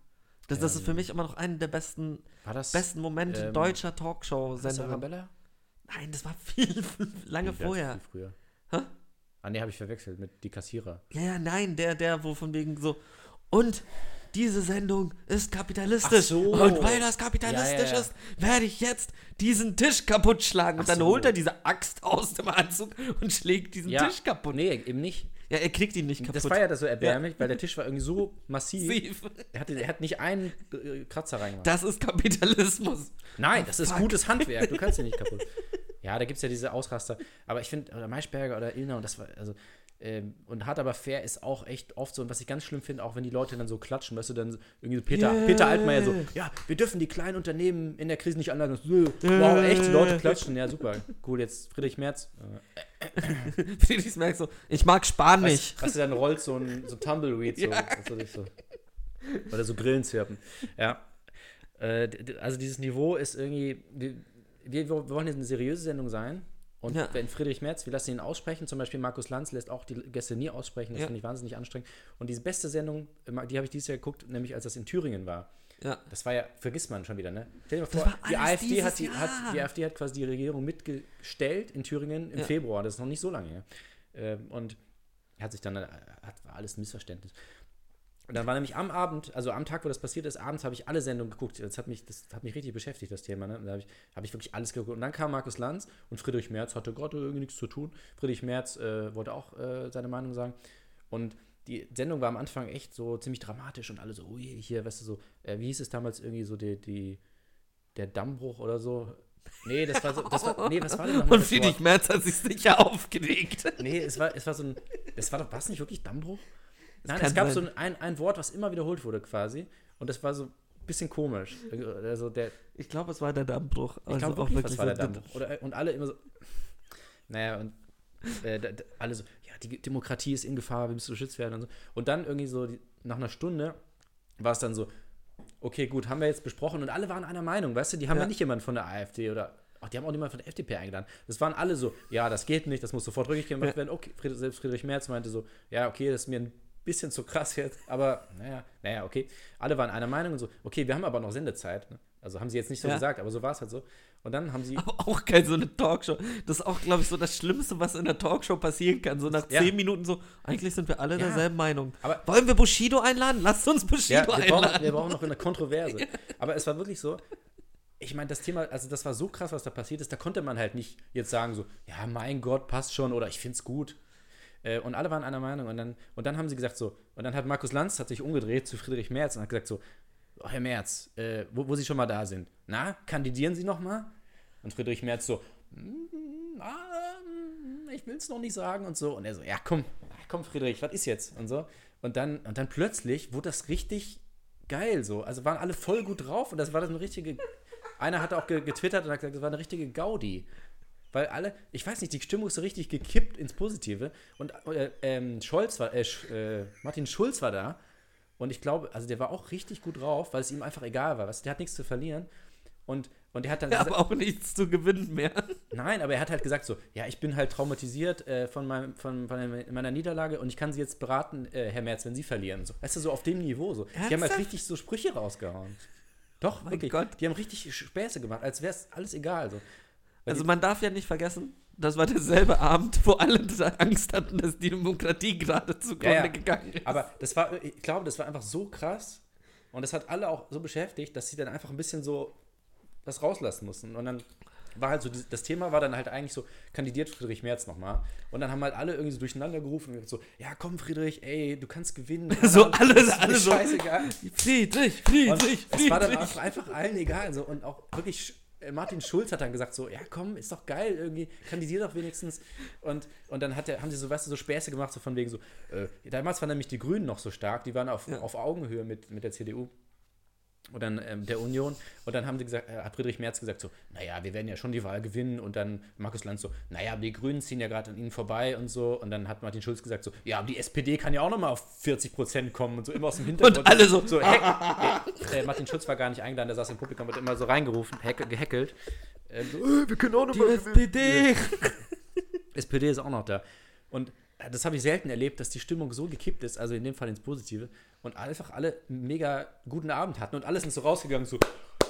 C: Das, das ist für mich immer noch einer der besten,
D: War das,
C: besten Momente
D: ähm,
C: deutscher
D: das
C: Talkshow-Sendungen.
D: Arabella?
C: Nein, das war viel, viel lange
D: Nee, das
C: vorher.
D: ist viel früher.
C: Hä?
D: Ah, nee, habe ich verwechselt mit die Kassierer.
C: Ja, ja, nein, der, der, wo von wegen so. Und diese Sendung ist
D: Ach
C: kapitalistisch.
D: so.
C: Und weil das kapitalistisch
D: Ja, ja, ja.
C: ist, werde ich jetzt diesen Tisch kaputt schlagen. Und
D: Ach
C: dann
D: so.
C: holt er diese Axt aus dem Anzug und schlägt diesen Tisch kaputt.
D: Nee, eben nicht.
C: Ja, er kriegt ihn nicht kaputt.
D: Das war ja das so erbärmlich, weil der Tisch war irgendwie so massiv.
C: Massiv.
D: Er, hatte, er hat nicht einen äh, Kratzer reingemacht.
C: Das ist Kapitalismus.
D: Nein, das ist
C: Fuck.
D: gutes Handwerk. Du kannst ja nicht kaputt. Ja, da gibt es ja diese Ausraster. Aber ich finde, oder Maischberger oder Illner und das war, also, ähm, und hart aber fair ist auch echt oft so. Und was ich ganz schlimm finde, auch wenn die Leute dann so klatschen, weißt du, dann so irgendwie so Peter,
C: Yeah.
D: Peter Altmaier so, ja, wir dürfen die kleinen Unternehmen in der Krise nicht anleiten. Wow, echt, die Leute klatschen. Ja, super. Cool, jetzt Friedrich Merz. Äh,
C: Felix merkt so, ich mag Spahn nicht.
D: Weißt, weißt du, dann rollt so ein so Tumbleweed so, weißt du, nicht so. Oder so Grillenzirpen. Ja. Äh, d- d- also dieses Niveau ist irgendwie. Wir, wir wir wollen jetzt eine seriöse Sendung sein. Und
C: Ja.
D: wenn Friedrich Merz, wir lassen ihn aussprechen, zum Beispiel Markus Lanz lässt auch die Gäste nie aussprechen, das
C: Ja.
D: finde ich wahnsinnig anstrengend. Und diese beste Sendung, äh, die habe ich dieses Jahr geguckt, nämlich als das in Thüringen war.
C: Ja.
D: Das war ja, vergisst man schon wieder, ne? Stell dir mal
C: Das
D: vor,
C: war
D: die
C: alles
D: AfD, hat die,
C: dieses
D: hat, die
C: Jahr.
D: AfD hat quasi die Regierung mitgestellt in Thüringen im
C: Ja.
D: Februar, das ist noch nicht so lange her. Ähm, und hat sich dann, äh, hat, war alles ein Missverständnis. Und dann war nämlich am Abend, also am Tag, wo das passiert ist, abends habe ich alle Sendungen geguckt. Das hat mich, das hat mich richtig beschäftigt, das Thema. Ne? Da habe ich, habe ich wirklich alles geguckt. Und dann kam Markus Lanz und Friedrich Merz hatte gerade irgendwie nichts zu tun. Friedrich Merz äh, wollte auch äh, seine Meinung sagen. Und die Sendung war am Anfang echt so ziemlich dramatisch und alle so, ui, hier, weißt du, so, äh, wie hieß es damals irgendwie so, die, die, der Dammbruch oder so? Nee, das war so, das war, nee, was war denn nochmal
C: Und
D: das Wort?
C: Friedrich Merz hat sich sicher aufgeregt.
D: Nee, es war, es war so ein, es war doch, war es nicht wirklich Dammbruch? Nein,
C: kann
D: es gab
C: sein.
D: so ein, ein, ein Wort, was immer wiederholt wurde quasi und das war so ein bisschen komisch. Also der,
C: Ich glaube, es war der Dammbruch.
D: ich glaube wirklich, was war der
C: so-
D: Dammbruch? Oder, äh, und alle immer so, naja, und äh, da, da, alle so, ja, die Demokratie ist in Gefahr, wir müssen geschützt werden und so. Und dann irgendwie so, die, nach einer Stunde war es dann so, okay, gut, haben wir jetzt besprochen und alle waren einer Meinung, weißt du, die haben ja,
C: Ja.
D: nicht jemanden von der AfD oder, ach, die haben auch niemanden von der FDP eingeladen. Das waren alle so, ja, das geht nicht, das muss sofort rückgängig gemacht
C: Ja.
D: werden. Okay, Fried, selbst Friedrich Merz meinte so, ja, okay, das ist mir ein bisschen zu krass jetzt, aber naja, naja, okay. Alle waren einer Meinung und so, okay, wir haben aber noch Sendezeit. Ne? Also haben sie jetzt nicht so
C: Ja.
D: gesagt, aber so war es halt so. Und dann haben sie,
C: Aber auch geil, so eine Talkshow. Das ist auch, glaube ich, so das Schlimmste, was in der Talkshow passieren kann. So nach
D: Ja.
C: zehn Minuten so, eigentlich sind wir alle
D: Ja.
C: derselben Meinung.
D: Aber-
C: Wollen wir Bushido einladen? Lasst uns Bushido
D: Ja, wir
C: einladen.
D: brauchen, wir brauchen noch eine Kontroverse. Aber es war wirklich so. Ich meine, das Thema, also das war so krass, was da passiert ist. Da konnte man halt nicht jetzt sagen so, ja, mein Gott, passt schon oder ich find's gut. Äh, und alle waren einer Meinung. Und dann, und dann haben sie gesagt so, und dann hat Markus Lanz hat sich umgedreht zu Friedrich Merz und hat gesagt so, oh, Herr Merz, äh, wo, wo Sie schon mal da sind, na, kandidieren Sie noch mal? Und Friedrich Merz so, "Mm, ah, mm, ich will es noch nicht sagen und so. Und er so, ja komm, ah, komm Friedrich, was ist jetzt? Und so. Und dann, und dann plötzlich wurde das richtig geil so. Also waren alle voll gut drauf und das war das eine richtige, einer hat auch ge- getwittert und hat gesagt, das war eine richtige Gaudi. Weil alle, ich weiß nicht, die Stimmung ist so richtig gekippt ins Positive. Und äh, ähm, Scholz war, äh, Sch, äh, Martin Schulz war da. Und ich glaube, also der war auch richtig gut drauf, weil es ihm einfach egal war. Weißt, du, der hat nichts zu verlieren. Und, und der hat dann also
C: Ja,
D: gesagt-
C: aber auch nichts zu gewinnen mehr.
D: Nein, aber er hat halt gesagt so, ja, ich bin halt traumatisiert äh, von, meinem, von, von meiner Niederlage und ich kann Sie jetzt beraten, äh, Herr Merz, wenn Sie verlieren. So. Weißt du, so auf dem Niveau so. Die haben halt
C: Ernsthaft? Oh
D: richtig so Sprüche rausgehauen. Doch,
C: mein
D: wirklich.
C: Gott.
D: Die haben richtig Späße gemacht, als wäre es alles egal. So.
C: Also man darf ja nicht vergessen, das war derselbe Abend, wo alle Angst hatten, dass die Demokratie gerade zugrunde
D: Ja, ja.
C: gegangen ist.
D: Aber das war, ich glaube, das war einfach so krass und das hat alle auch so beschäftigt, dass sie dann einfach ein bisschen so was rauslassen mussten. Und dann war halt so, dieses- das Thema war dann halt eigentlich so, kandidiert Friedrich Merz nochmal. Und dann haben halt alle irgendwie so durcheinander gerufen und gesagt so, ja komm Friedrich, ey, du kannst gewinnen.
C: So
D: Keine Ahnung,
C: alle-
D: das ist mir
C: alle Also so.
D: Scheißegal.
C: Friedrich,
D: Und
C: Friedrich,
D: es war dann
C: Friedrich.
D: einfach, einfach allen egal. So. Und auch wirklich, äh, Martin Schulz hat dann gesagt so, ja komm, ist doch geil irgendwie, kandidier doch wenigstens. Und, und dann hat der, haben sie so, weißt du, so Späße gemacht, so von wegen so, äh, damals waren nämlich die Grünen noch so stark, die waren auf, auf Augenhöhe mit, mit der CDU und dann ähm, der Union. Und dann haben sie gesagt, äh, hat Friedrich Merz gesagt so, naja, wir werden ja schon die Wahl gewinnen. Und dann Markus Lanz so, naja, aber die Grünen ziehen ja gerade an ihnen vorbei und so. Und dann hat Martin Schulz gesagt so, ja, aber die SPD kann ja auch nochmal auf 40 Prozent kommen und so immer aus dem Hintergrund.
C: Und alle so,
D: so heck, äh, äh, Martin Schulz war gar nicht eingeladen, der saß im Publikum, hat immer so reingerufen, heck, gehäckelt. Ähm, so, äh, wir können auch
C: Die
D: nochmal
C: SPD.
D: SPD ist auch noch da. Und äh, das habe ich selten erlebt, dass die Stimmung so gekippt ist, also in dem Fall ins Positive. Und einfach alle einen mega guten Abend hatten und alle sind so rausgegangen, so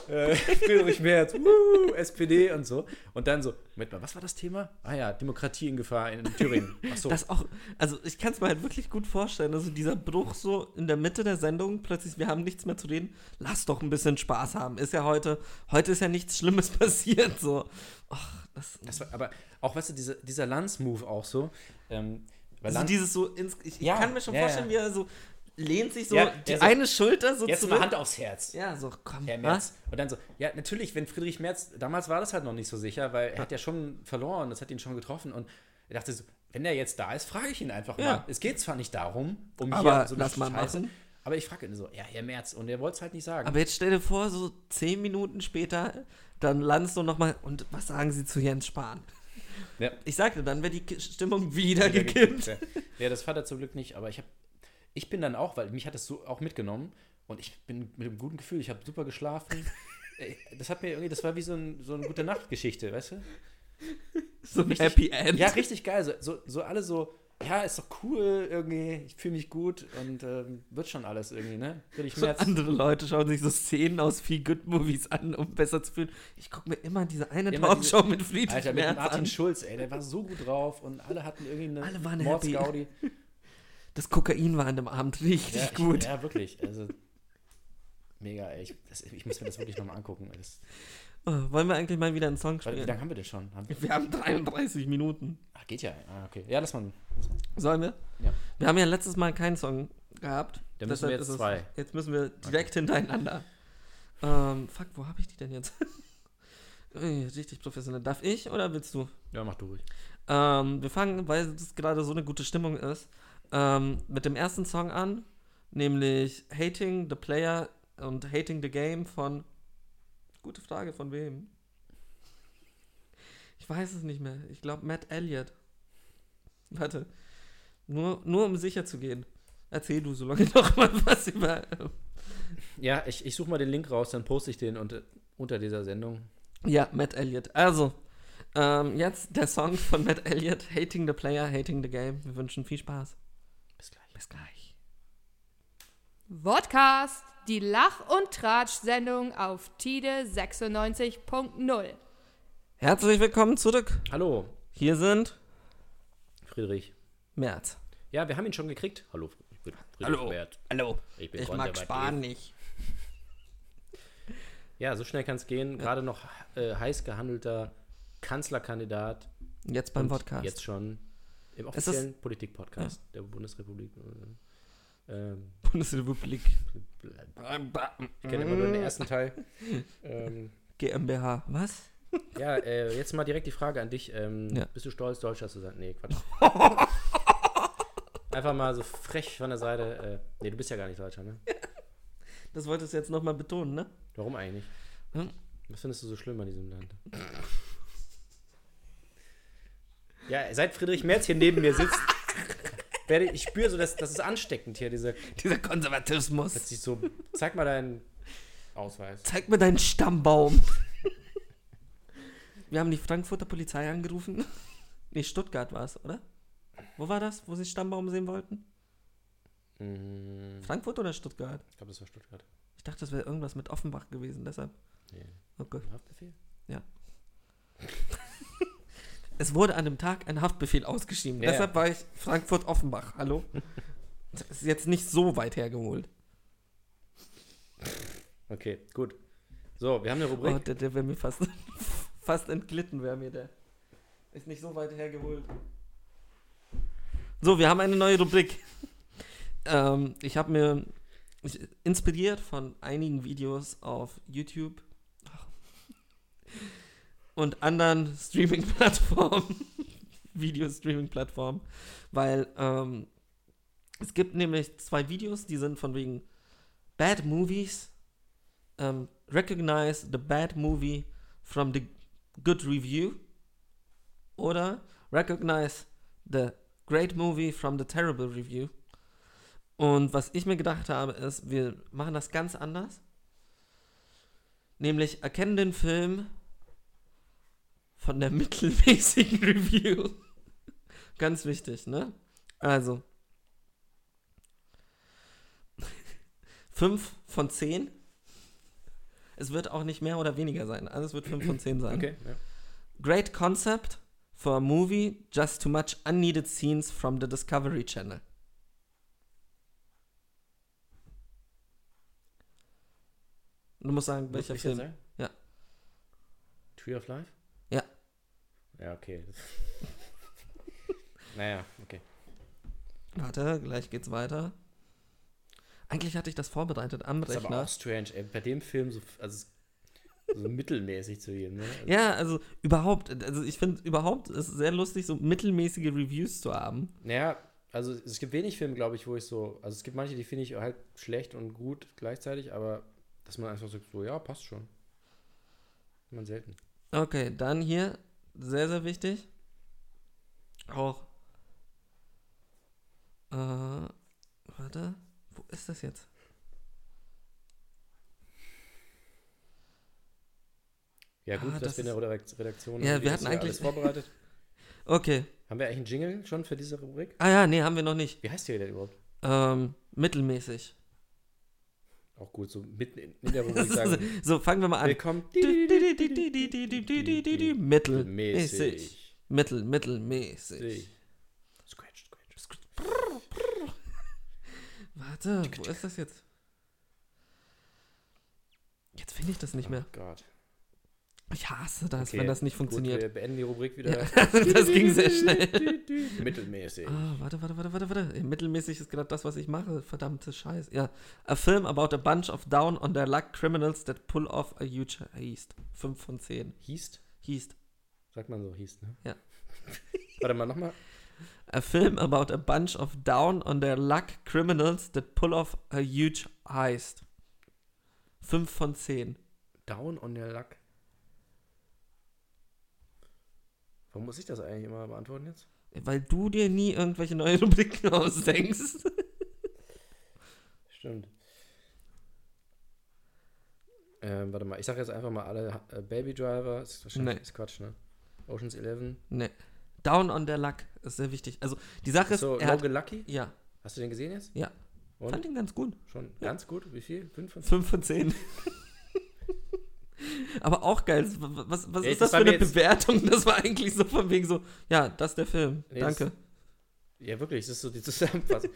D: äh, Friedrich Merz, wuhu, SPD und so. Und dann so, Moment mal, was war das Thema? Ah ja, Demokratie in Gefahr in Thüringen. Ach so.
C: Das auch, also ich kann es mir halt wirklich gut vorstellen, also dieser Bruch so in der Mitte der Sendung, plötzlich, wir haben nichts mehr zu reden, lass doch ein bisschen Spaß haben. Ist ja heute, heute ist ja nichts Schlimmes passiert, so. Ach, das,
D: das war, aber auch, weißt du, diese, dieser Lanz-Move auch so. Ähm, weil
C: also
D: Lanz-
C: dieses so, ins, ich,
D: Ja,
C: ich kann mir schon
D: ja,
C: vorstellen,
D: ja.
C: wie er so lehnt sich so
D: Ja,
C: die
D: der so,
C: eine Schulter so
D: jetzt
C: zurück.
D: mal Hand aufs Herz.
C: ja, so, komm,
D: Herr
C: was?
D: Merz. Und dann so, ja, natürlich, wenn Friedrich Merz, damals war das halt noch nicht so sicher, weil er hat ja schon verloren, das hat ihn schon getroffen. Und er dachte so, wenn er jetzt da ist, frage ich ihn einfach mal.
C: Ja.
D: Es geht zwar nicht darum, um
C: Aber
D: so eine
C: lass mal
D: Scheiße,
C: machen.
D: Aber ich frage ihn so, ja, Herr Merz. Und er wollte es halt nicht sagen.
C: Aber jetzt stell dir vor, so zehn Minuten später, dann landest du nochmal und was sagen sie zu Jens Spahn?
D: Ja.
C: Ich sagte, dann wäre die Ki- Stimmung wieder
D: Ja,
C: gekippt.
D: gekippt, Ja, ja das hat er zum Glück nicht, aber ich habe ich bin dann auch, weil mich hat das so auch mitgenommen und ich bin mit einem guten Gefühl, ich habe super geschlafen. Ey, Das hat mir irgendwie, das war wie so, ein, so eine gute Nachtgeschichte, weißt du?
C: So ein Happy End.
D: Ja, richtig geil. So, so, so alle so, ja, ist doch cool irgendwie, ich fühle mich gut und ähm, wird schon alles irgendwie, ne? Würde ich
C: So
D: mir jetzt.
C: andere Leute schauen sich so Szenen aus viel Good Movies an, um besser zu fühlen. Ich gucke mir immer diese eine
D: Immer
C: Talkshow mit Friedrich
D: Alter, mit
C: Merz
D: Martin
C: an.
D: Schulz, ey, der war so gut drauf und alle hatten irgendwie eine
C: Alle waren happy.
D: Mordsgaudi.
C: Das Kokain war an dem Abend richtig
D: Ja, ich,
C: gut.
D: Ja, wirklich. Also, mega, ey. Ich, das, ich muss mir das wirklich nochmal angucken. ey. Das,
C: Oh, wollen wir eigentlich mal wieder einen Song
D: Warte, wie
C: spielen?
D: lange haben wir denn schon? Haben wir,
C: Wir haben 33 Minuten.
D: ah, geht ja. Ah, okay. Ja, lass mal.
C: Sollen wir?
D: Ja.
C: Wir haben ja letztes Mal keinen Song gehabt.
D: Dann müssen
C: Deshalb
D: wir jetzt
C: ist es-
D: zwei.
C: Jetzt müssen wir direkt hintereinander. Ähm, fuck, wo habe ich die denn jetzt? Ui, Richtig professionell. Darf ich oder willst du?
D: Ja, mach du ruhig.
C: Ähm, wir fangen, weil es gerade so eine gute Stimmung ist, ähm, mit dem ersten Song an, nämlich Hating the Player und Hating the Game von. Gute Frage, von wem? Ich weiß es nicht mehr. Ich glaube Matt Elliott. Warte. Nur, nur um sicher zu gehen. Erzähl du so lange noch mal was über. ähm,
D: Ja, ich, ich suche mal den Link raus, dann poste ich den unter, unter dieser Sendung.
C: Ja, Matt Elliott. Also, ähm, jetzt der Song von Matt Elliott, Hating the Player, Hating the Game. Wir wünschen viel Spaß.
D: Bis gleich.
C: Bis gleich.
A: Vodcast, die Lach- und Tratsch-Sendung auf Tide 96.0.
C: Herzlich willkommen zurück.
D: Hallo,
C: Hier sind
D: Friedrich.
C: März.
D: Ja, wir haben ihn schon gekriegt. Hallo, Fr- ich bin Friedrich
C: Hallo.
D: Merz.
C: Hallo.
D: Ich bin
C: Ich mag
D: konservativ.
C: Spahn nicht.
D: Ja, so schnell kann es gehen. Gerade noch äh, heiß gehandelter Kanzlerkandidat.
C: Jetzt beim
D: Und
C: Podcast.
D: Jetzt schon Im
C: Es ist-
D: offiziellen Politik-Podcast der Bundesrepublik. Äh, ähm,
C: Bundesrepublik Ähm,
D: ich kenne immer nur den ersten Teil. ähm,
C: GmbH. Was?
D: ja, äh, jetzt mal direkt die Frage an dich. Ähm,
C: Ja.
D: Bist du stolz, Deutscher zu sein? Nee, Quatsch. Einfach mal so frech von der Seite. Äh, nee, du bist ja gar nicht Deutscher, ne?
C: Das wolltest du jetzt nochmal betonen, ne?
D: Warum eigentlich?
C: Hm?
D: Was findest du so schlimm an diesem Land? ja, seit Friedrich Merz hier neben mir sitzt, werde ich, ich spüre so, dass das ist ansteckend hier, dieser
C: Dieser Konservatismus.
D: plötzlich so, zeig mal deinen Ausweis.
C: Zeig mir deinen Stammbaum. Wir haben die Frankfurter Polizei angerufen. Nee, Stuttgart war es, oder? Wo war das, wo sie Stammbaum sehen wollten?
D: Mm,
C: Frankfurt oder Stuttgart?
D: Ich glaube, das war Stuttgart.
C: Ich dachte, das wäre irgendwas mit Offenbach gewesen, deshalb.
D: Nee.
C: Okay.
D: Ein Haftbefehl?
C: Es wurde an dem Tag ein Haftbefehl ausgeschrieben.
D: Ja, ja.
C: Deshalb war ich Frankfurt-Offenbach. Hallo? Das ist jetzt nicht so weit hergeholt.
D: Okay, gut. So, wir haben eine
C: Oh,
D: Rubrik.
C: der, der wäre mir fast, fast entglitten, wäre mir der. Ist nicht so weit hergeholt. So, wir haben eine neue Rubrik. ähm, ich habe mir ich, inspiriert von einigen Videos auf YouTube und anderen Streaming-Plattformen, Video-Streaming-Plattformen, weil ähm, es gibt nämlich zwei Videos, die sind von wegen Bad Movies ähm, recognize the bad movie from the good review oder recognize the great movie from the terrible review. Und was ich mir gedacht habe, ist, wir machen das ganz anders. Nämlich erkennen den Film von der mittelmäßigen Review. ganz wichtig, ne? Also. 5 von 10 es wird auch nicht mehr oder weniger sein. Also es wird 5 von 10 sein.
D: Okay, ja.
C: Great concept for a movie, just too much unneeded scenes from the Discovery Channel. Du musst sagen,
D: Muss
C: welcher
D: ich
C: Film.
D: jetzt sagen?
C: Ja.
D: Tree of Life?
C: Ja.
D: Ja, okay. naja, okay.
C: Warte, gleich geht's weiter. Eigentlich hatte ich das vorbereitet am
D: Das ist aber
C: Rechner.
D: auch strange, ey. Bei dem Film so, also, so mittelmäßig zu jedem, ne? Also,
C: Ja, also überhaupt, also ich finde überhaupt ist es sehr lustig, so mittelmäßige Reviews zu haben.
D: Naja, also es gibt wenig Filme, glaube ich, wo ich so. Also es gibt manche, die finde ich halt schlecht und gut gleichzeitig, aber dass man einfach sagt, so, ja, passt schon. Man selten.
C: Okay, dann hier, sehr, sehr wichtig. Auch. Äh, warte, wo ist das jetzt?
D: Ja, gut,
C: Ah,
D: dass
C: das
D: wir in der Redakt- Redaktion
C: Ja,
D: haben
C: wir
D: das
C: hatten
D: hier
C: eigentlich-
D: alles vorbereitet.
C: Okay.
D: Haben wir eigentlich einen Jingle schon für diese Rubrik?
C: Ah ja, nee, haben wir noch nicht.
D: Wie heißt die denn überhaupt?
C: Ähm, mittelmäßig.
D: Auch gut, so mitten in, in der
C: Das
D: Rubrik
C: ist,
D: sagen.
C: so, fangen wir mal an.
D: Willkommen.
C: Mittelmäßig.
D: Mäßig.
C: Mittel, mittelmäßig.
D: Scratch, scratch.
C: Warte, wo ist das jetzt? Jetzt finde ich das nicht mehr.
D: Oh Gott.
C: Ich hasse das,
D: Okay,
C: wenn das nicht
D: gut,
C: funktioniert.
D: wir beenden die Rubrik wieder.
C: das ging sehr schnell.
D: Mittelmäßig.
C: Ah, warte, warte, warte, warte, warte. Ey, Mittelmäßig ist gerade das, was ich mache. Verdammte Scheiß. Ja. A film about a bunch of down on their luck criminals that pull off a huge heist. 5 von 10.
D: Hieß?
C: Heist.
D: Sagt man so, hieß, ne?
C: Ja.
D: Warte mal, nochmal.
C: A film about a bunch of down on their luck criminals that pull off a huge heist. 5 von 10.
D: Down on your luck. Warum muss ich das eigentlich immer beantworten jetzt?
C: Weil du dir nie irgendwelche neuen Rubriken ausdenkst.
D: Stimmt. Ähm, warte mal, ich sag jetzt einfach mal alle äh, Baby Driver, ist wahrscheinlich
C: Nee.
D: ist Quatsch, ne? Ocean's 11.
C: Nee. Down on their luck ist sehr wichtig. Also, die Sache ist,
D: So,
C: er hat,
D: Logan Lucky.
C: ja,
D: Hast du den gesehen jetzt?
C: ja.
D: Und?
C: Fand ihn ganz gut.
D: Schon ganz gut. Wie viel? Fünf von
C: 5 von 10. Aber auch geil. W- w- Was, was
D: Ey,
C: ist das
D: das
C: für
D: war mir
C: eine
D: jetzt-
C: Bewertung? Das war eigentlich so von wegen so, ja, das ist der Film.
D: Nee, das-
C: Danke.
D: Ja, wirklich, das ist so die Zusammenfassung.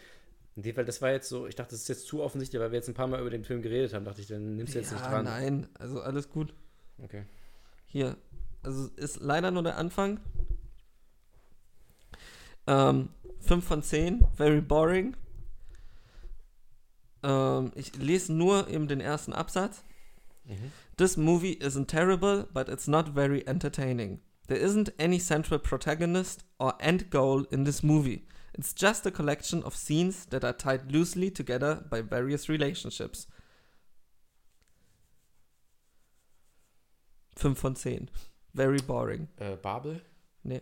D: Nee, weil das war jetzt so, ich dachte, das ist jetzt zu offensichtlich, weil wir jetzt ein paar Mal über den Film geredet haben, dachte ich, dann nimmst du jetzt nicht
C: Ja,
D: dran.
C: nein, also alles gut.
D: Okay.
C: Hier. Also ist leider nur der Anfang. Ähm, 5 von 10, very boring. Ähm, ich lese nur eben den ersten Absatz.
D: Mhm.
C: This movie isn't terrible, but it's not very entertaining. There isn't any central protagonist or end goal in this movie. It's just a collection of scenes that are tied loosely together by various relationships. 5 von 10. Very boring.
D: Äh, Babel?
C: Nee.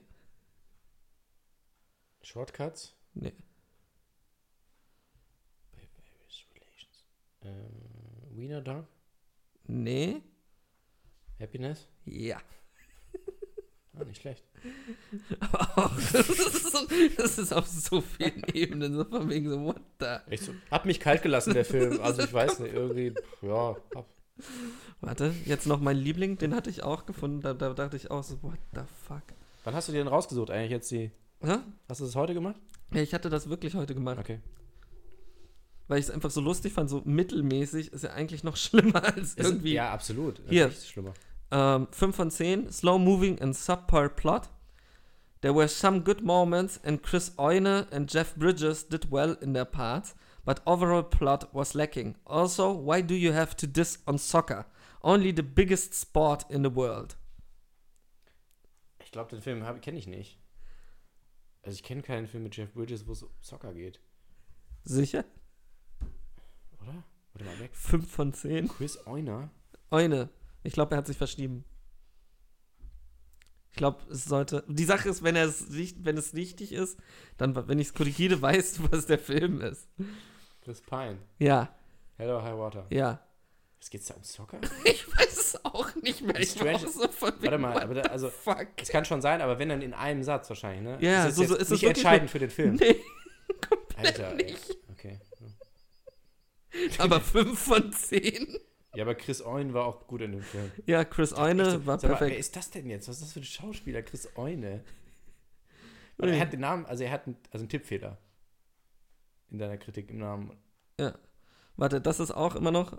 D: Shortcuts?
C: Nee.
D: Various Relations. Ähm, Wiener Dog?
C: Nee?
D: Happiness?
C: Ja.
D: Ah, nicht schlecht.
C: Aber auch, das, ist so, das ist auf so vielen Ebenen, so von wegen so, what the...
D: Ich so, hat mich kalt gelassen, der Film. Also ich weiß nicht, irgendwie, pff, ja. Hab,
C: Warte, jetzt noch mein Liebling, den hatte ich auch gefunden, da, da dachte ich auch so, what the fuck.
D: wann hast du dir denn rausgesucht eigentlich jetzt die?
C: Hä?
D: Hast du das heute gemacht?
C: Ja, ich hatte das wirklich heute gemacht,
D: Okay.
C: weil ich es einfach so lustig fand, so mittelmäßig ist ja eigentlich noch schlimmer als
D: Ist-
C: irgendwie.
D: Ja, absolut.
C: Hier.
D: Ist schlimmer.
C: Ähm, 5 von 10, slow moving and subpar plot. There were some good moments and Chris Oyne and Jeff Bridges did well in their parts, but overall plot was lacking. Also, why do you have to diss on soccer? Only the biggest sport in the world.
D: Ich glaube, den Film kenne ich nicht. Also ich kenne keinen Film mit Jeff Bridges, wo es um Soccer geht,
C: Sicher?
D: oder? Warte mal, weg.
C: 5 von 10.
D: Chris Euner?
C: Oyne. Ich glaube, er hat sich verschrieben. Ich glaube, es sollte. Die Sache ist, wenn er es nicht, wenn es richtig ist, dann, wenn ich es korrigiere, weißt du, was der Film ist.
D: Chris Pine.
C: Ja,
D: Hello, High Water.
C: ja.
D: Was geht's da um Soccer?
C: Ich weiß es auch nicht mehr.
D: Ist
C: Ich war auch
D: strange.
C: so von
D: Warte
C: wegen,
D: mal,
C: what
D: aber da, also,
C: the fuck.
D: es kann schon sein, aber wenn dann in einem Satz wahrscheinlich, ne?
C: Ja,
D: es
C: so- so
D: jetzt
C: ist es
D: nicht
C: wirklich
D: entscheidend für den Film.
C: Nee,
D: Alter, ey.
C: nicht.
D: Okay.
C: aber 5 von 10.
D: Ja, aber Chris Owen war auch gut in dem Film.
C: Ja, Chris
D: Echt
C: Eine
D: so,
C: war
D: sag mal, Wer
C: perfekt.
D: ist das denn jetzt? Was ist das für ein Schauspieler? Chris Eune. Und er hat den Namen, also er hat einen, also einen Tippfehler. In deiner Kritik im Namen.
C: Warte, das ist auch immer noch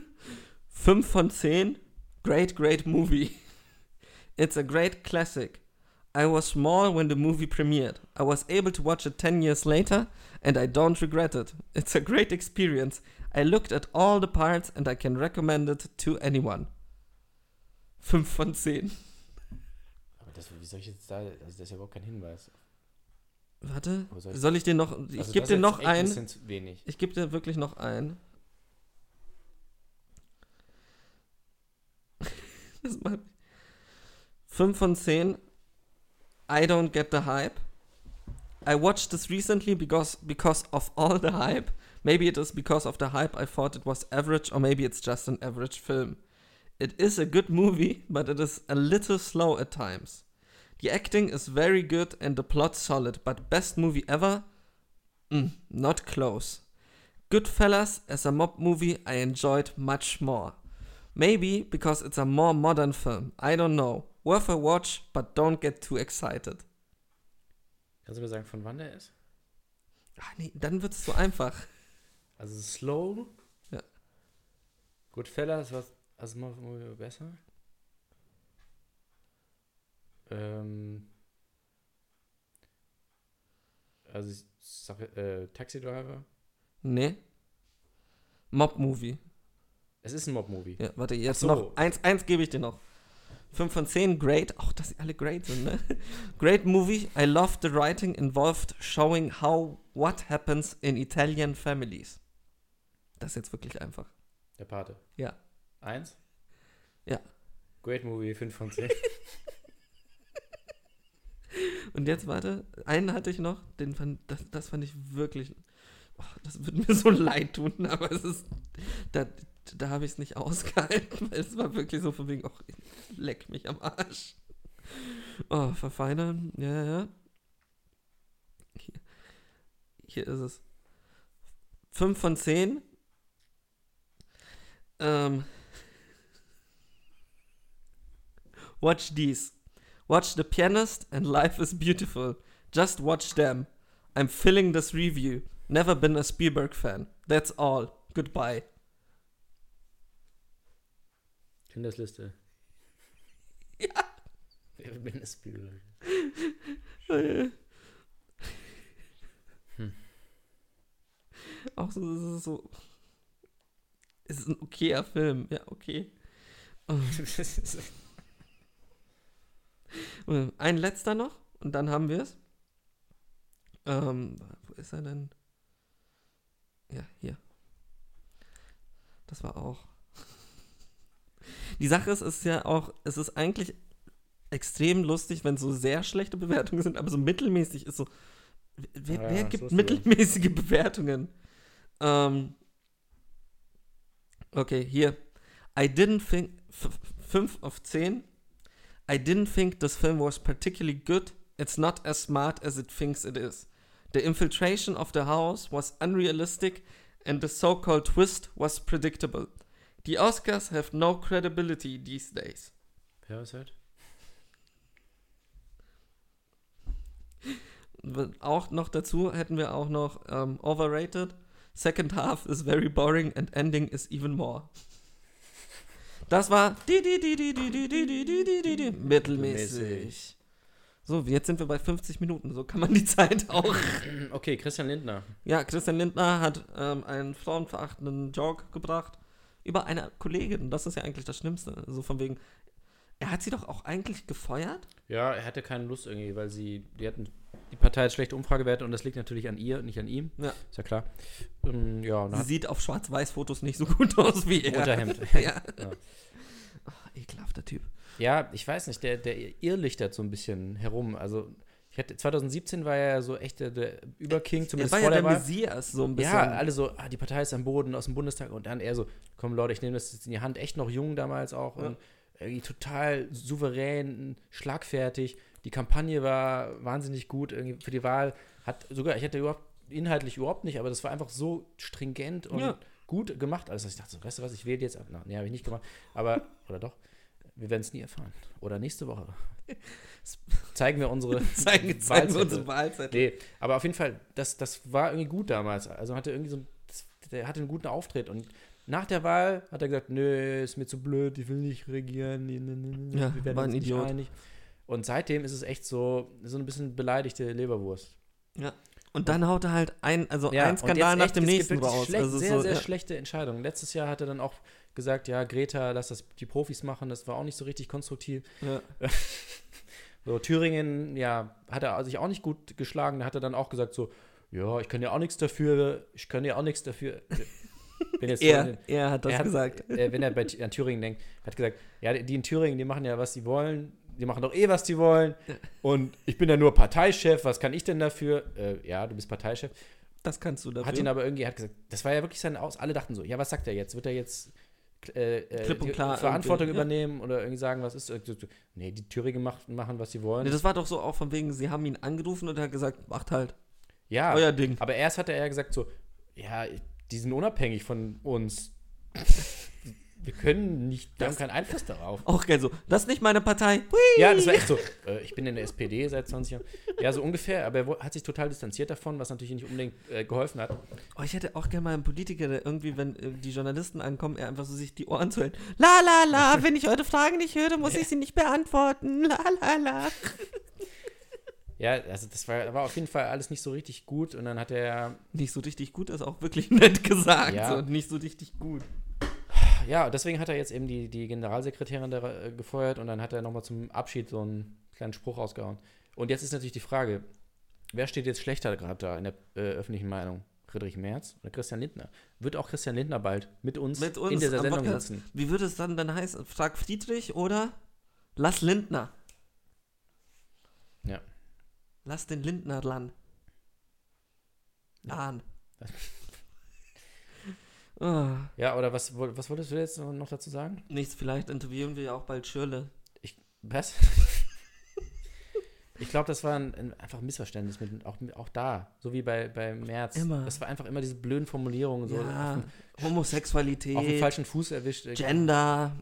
C: 5 von 10. Great, great movie. It's a great classic. I was small when the movie premiered. I was able to watch it 10 years later and I don't regret it. It's a great experience. I looked at all the parts and I can recommend it to anyone. 5 von 10.
D: Aber das, wie soll ich jetzt da, also das ist ja überhaupt kein Hinweis.
C: Warte,
D: Wo soll ich-
C: soll ich dir noch. Ich
D: Also
C: gebe
D: das
C: dir
D: ist
C: noch
D: echt Ein
C: ein.
D: bisschen zu wenig.
C: Ich gebe dir wirklich noch ein. das macht. 5 von 10. I don't get the hype. I watched this recently because because of all the hype. Maybe it is because of the hype I thought it was average or maybe it's just an average film. It is a good movie, but it is a little slow at times. The acting is very good and the plot solid, but best movie ever? Mm, not close. Goodfellas as a mob movie I enjoyed much more. Maybe because it's a more modern film. I don't know. Worth a watch, but don't get too excited.
D: Kannst du mir sagen, von wann der ist?
C: Ach Ah, nee, dann wird's so einfach.
D: Also Slow.
C: Ja.
D: Goodfellas war also mal, mal besser. Ähm, also ich sage äh, Taxi Driver.
C: Nee. Mob-Movie.
D: Es ist ein Mob-Movie.
C: Ja, warte, jetzt
D: so.
C: noch. Eins, eins gebe ich dir noch. 5 von 10, great. Auch, dass sie alle great sind, ne? great movie. I loved the writing involved showing how what happens in Italian families. Das ist jetzt wirklich einfach.
D: Der Pate.
C: Ja.
D: Eins?
C: Ja.
D: Great Movie, 5 von 10.
C: Und jetzt warte, einen hatte ich noch, den fand, das, das fand ich wirklich, oh, das würde mir so leid tun, aber es ist, da, da habe ich es nicht ausgehalten, weil es war wirklich so von wegen, ach, leck mich am Arsch. Oh, verfeinern, ja, ja, ja. Hier, hier ist es. 5 von 10. Ähm. Watch these. Watch The Pianist and Life is Beautiful. Just watch them. I'm filling this review. Never been a Spielberg fan. That's all. Goodbye.
D: Kindersliste.
C: Ja.
D: Wer bin das Spiel?
C: Auch so, so, so. Es ist ein okayer Film, ja, okay. Und Ein letzter noch und dann haben wir es. Ähm, wo ist er denn? Ja, hier. Das war auch. Die Sache ist, es ist ja auch, es ist eigentlich extrem lustig, wenn es so sehr schlechte Bewertungen sind, aber so mittelmäßig ist so. Wer,
D: Ja,
C: wer
D: das
C: gibt
D: wusste ich.
C: mittelmäßige Bewertungen? Ähm, okay, hier. I didn't think. 5 auf 10. I didn't think this film was particularly good. It's not as smart as it thinks it is. The infiltration of the house was unrealistic and the so called twist was predictable. The Oscars have no credibility these days.
D: Parasite?
C: W- Auch noch dazu hätten wir auch noch ähm, Overrated. Second half is very boring and ending is even more. Das war di- di- di- di- di- di- di- di- di- di- di- di- mittelmäßig.
D: Mittelmäßig.
C: So, jetzt sind wir bei 50 Minuten. So kann man die Zeit auch
D: Okay, Christian Lindner.
C: Ja, Christian Lindner hat ähm, einen frauenverachtenden Joke gebracht über eine Kollegin. Das ist ja eigentlich das Schlimmste. So von wegen, er hat sie doch auch eigentlich gefeuert?
D: Ja, er hatte keine Lust irgendwie, weil sie, die hatten, die Partei hat schlechte Umfragewerte und das liegt natürlich an ihr, nicht an ihm.
C: Ja.
D: Ist ja klar. Ähm, ja, und
C: Sie
D: hat
C: sieht auf Schwarz-Weiß-Fotos nicht so gut aus wie er.
D: Unterhemd.
C: ja.
D: Ja.
C: Ach, ekelhafter Typ.
D: Ja, ich weiß nicht, der, der irrlichtert so ein bisschen herum. Also, ich hatte, 2017 war er ja so echt der, der Überking,
C: Er
D: zumindest
C: war
D: vor
C: ja
D: der
C: der
D: Wahl.
C: Messias so ein bisschen.
D: Ja, alle so, ah, die Partei ist am Boden aus dem Bundestag und dann er so, komm Leute, ich nehme das jetzt in die Hand, echt noch jung damals auch und irgendwie total souverän, schlagfertig. Die Kampagne war wahnsinnig gut irgendwie für die Wahl. Hat sogar, ich hatte überhaupt inhaltlich überhaupt nicht, aber das war einfach so stringent und
C: Ja.
D: gut gemacht. Also ich dachte so, weißt du was, ich wähle jetzt ab. Na, nee, habe ich nicht gemacht. Aber, oder doch, wir werden es nie erfahren. Oder nächste Woche. Zeigen wir unsere
C: zeigen, zeigen wir
D: Wahlzettel.
C: unsere Wahlzettel.
D: Nee, aber auf jeden Fall, das, das war irgendwie gut damals. Also hatte irgendwie so ein, das- der hatte einen guten Auftritt und nach der Wahl hat er gesagt, nö, ist mir zu blöd, ich will nicht regieren, nee, nee, nee, nee,
C: Ja,
D: wir werden
C: war ein
D: uns
C: Idiot.
D: nicht einig. Und seitdem ist es echt so, so ein bisschen beleidigte Leberwurst.
C: Und dann haut er halt ein, also ein
D: und
C: Skandal
D: jetzt
C: nach
D: echt,
C: dem
D: es gibt
C: nächsten
D: wirklich
C: raus.
D: Schlecht,
C: also
D: sehr,
C: so,
D: sehr
C: ja.
D: schlechte Entscheidung. Letztes Jahr hat er dann auch gesagt, ja, Greta, lass das die Profis machen, das war auch nicht so richtig konstruktiv.
C: Ja.
D: So, Thüringen, ja, hat er sich auch nicht gut geschlagen. Da hat er dann auch gesagt so, ja, ich kann ja auch nichts dafür, ich kann ja auch nichts dafür. Äh, Wenn jetzt
C: Er, er hat das
D: er hat,
C: gesagt.
D: Äh, wenn er bei, Thü- an Thüringen denkt, hat gesagt, ja, die in Thüringen, die machen ja, was sie wollen, die machen doch eh, was sie wollen. Und ich bin ja nur Parteichef, was kann ich denn dafür? Äh, ja, du bist Parteichef.
C: Das kannst du dafür.
D: Hat ihn aber irgendwie, hat gesagt, das war ja wirklich sein Aus. Alle dachten so, ja, was sagt er jetzt? Wird er jetzt äh, äh,
C: Klipp und
D: die
C: klar
D: Verantwortung
C: irgendwie, ne? ja.
D: übernehmen oder irgendwie sagen, was ist? Äh, so- so, nee, die Thüringen macht, machen, was sie wollen.
C: nee, das war doch so auch von wegen, sie haben ihn angerufen und er hat gesagt, macht halt
D: ja,
C: euer Ding.
D: aber erst hat er ja gesagt so, ja, die sind unabhängig von uns. Wir können nicht, wir haben keinen Einfluss darauf.
C: Auch geil so. Das ist nicht meine Partei. Hui.
D: Ja, das war echt so. Äh, ich bin in der SPD seit 20 Jahren. Ja, so ungefähr. Aber er wo- hat sich total distanziert davon, was natürlich nicht unbedingt äh, geholfen hat.
C: Oh, ich hätte auch gerne mal einen Politiker, der irgendwie, wenn äh, die Journalisten ankommen, er einfach so sich die Ohren zuhält. La la la, wenn ich eure Fragen nicht höre, muss ich sie nicht beantworten. La la la.
D: Ja, also das war, war auf jeden Fall alles nicht so richtig gut. Und dann hat er,
C: Nicht so richtig gut ist auch wirklich nett gesagt.
D: Ja.
C: So, und nicht so richtig gut.
D: ja, deswegen hat er jetzt eben die, die Generalsekretärin da, äh, gefeuert und dann hat er nochmal zum Abschied so einen kleinen Spruch rausgehauen. Und jetzt ist natürlich die Frage, wer steht jetzt schlechter gerade da in der äh, öffentlichen Meinung? Friedrich Merz oder Christian Lindner? Wird auch Christian Lindner bald mit uns,
C: Mit uns
D: in dieser
C: am
D: Sendung
C: Podcast.
D: sitzen?
C: Wie würde es dann dann heißen? Frag Friedrich oder lass Lindner.
D: Ja.
C: Lass den Lindner ran. Lahn. oh,
D: Ja, oder was, woll- was wolltest du jetzt noch dazu sagen?
C: nichts, vielleicht interviewen wir ja auch bald Schirle.
D: Was? ich glaube, das war ein, ein, einfach ein Missverständnis, mit, auch, auch da, so wie bei, bei März.
C: Immer.
D: Das war einfach immer diese blöden Formulierungen, so
C: ja,
D: auf, den, auf den
C: Homosexualität,
D: falschen Fuß erwischt. äh,
C: Gender.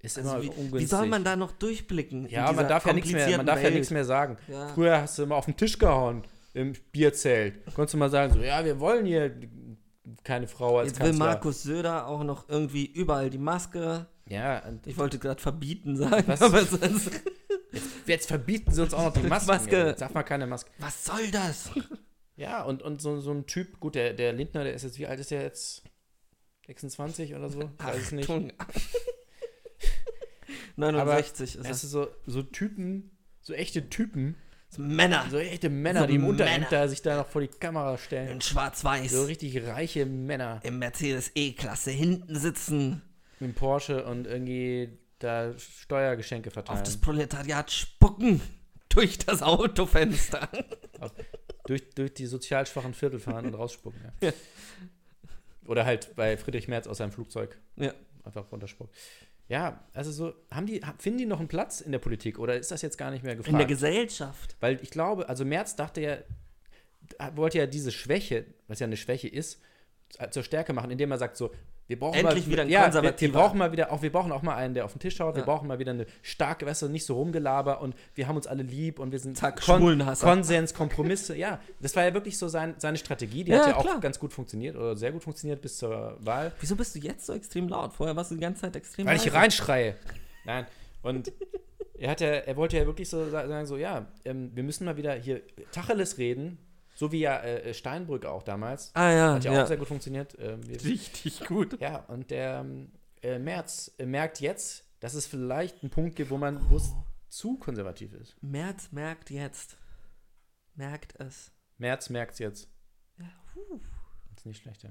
D: Ist
C: Also
D: immer
C: wie,
D: ungünstig.
C: wie soll man da noch durchblicken? in
D: ja,
C: dieser
D: man darf ja nichts mehr,
C: komplizierten
D: man darf ja
C: Welt? Ah.
D: nichts mehr sagen.
C: Ja.
D: Früher hast du immer auf den Tisch gehauen im Bierzelt. Konntest du mal sagen, so, ja, wir wollen hier keine Frau als
C: Jetzt will
D: Kanzler.
C: Markus Söder auch noch irgendwie überall die Maske.
D: Ja, und
C: Ich wollte gerade verbieten sagen,
D: Was?
C: aber sonst,
D: jetzt verbieten sie uns auch noch die Masken.
C: Maske.
D: Jetzt darf man keine Maske.
C: was soll das?
D: Ja, und, und so, so ein Typ, gut, der, der Lindner, der ist jetzt, wie alt ist der jetzt? 26 oder so? Ich Weiß es nicht.
C: Achtung. 69 ist
D: Es
C: das.
D: ist so, so Typen, so echte Typen,
C: Männer
D: so echte Männer,
C: So
D: die im
C: Männer.
D: Unterhemd sich da noch vor die Kamera stellen.
C: in schwarz-weiß
D: So richtig reiche Männer
C: im Mercedes E-Klasse hinten sitzen,
D: mit dem Porsche und irgendwie da Steuergeschenke
C: auf
D: verteilen.
C: das Proletariat spucken durch das Autofenster.
D: Auf- durch, durch die sozial schwachen Viertel fahren und rausspucken. Ja.
C: Ja.
D: Oder halt bei Friedrich Merz aus seinem Flugzeug
C: ja.
D: einfach runterspucken. Ja, also so, haben die, ha- finden die noch einen Platz in der Politik oder ist das jetzt gar nicht mehr gefragt?
C: In der Gesellschaft.
D: Weil ich glaube, also Merz dachte ja, er wollte ja diese Schwäche, was ja eine Schwäche ist, äh, zur Stärke machen, indem er sagt so, wir brauchen
C: Endlich
D: mal
C: wieder ein
D: ja, wir, wir
C: Konservativer.
D: brauchen mal wieder auch wir brauchen auch mal einen, der auf den Tisch schaut, wir
C: Ja.
D: brauchen mal wieder eine starke, weißt du, nicht so rumgelaber und wir haben uns alle lieb und wir sind
C: Zack, Schwulenhasser.
D: Konsens, Kompromisse, ja, das war ja wirklich so sein, seine Strategie, die
C: Ja,
D: hat ja auch
C: klar.
D: ganz gut funktioniert oder sehr gut funktioniert bis zur Wahl.
C: Wieso bist du jetzt so extrem laut? Vorher warst du die ganze Zeit extrem
D: Weil
C: leise.
D: ich reinschreie. Nein. Und er hat ja, er wollte ja wirklich so sa- sagen, so, ja, ähm, wir müssen mal wieder hier Tacheles reden, so wie ja äh, äh, Steinbrück auch damals.
C: Ah ja,
D: Hat ja, auch
C: ja.
D: sehr gut funktioniert. Ähm, wir,
C: richtig gut.
D: ja, und der ähm, äh, Merz äh, merkt jetzt, dass es vielleicht einen Punkt gibt, wo man wo es zu konservativ ist.
C: Merz merkt jetzt. Merkt es.
D: Merz merkt es jetzt. Ist nicht schlecht, ja.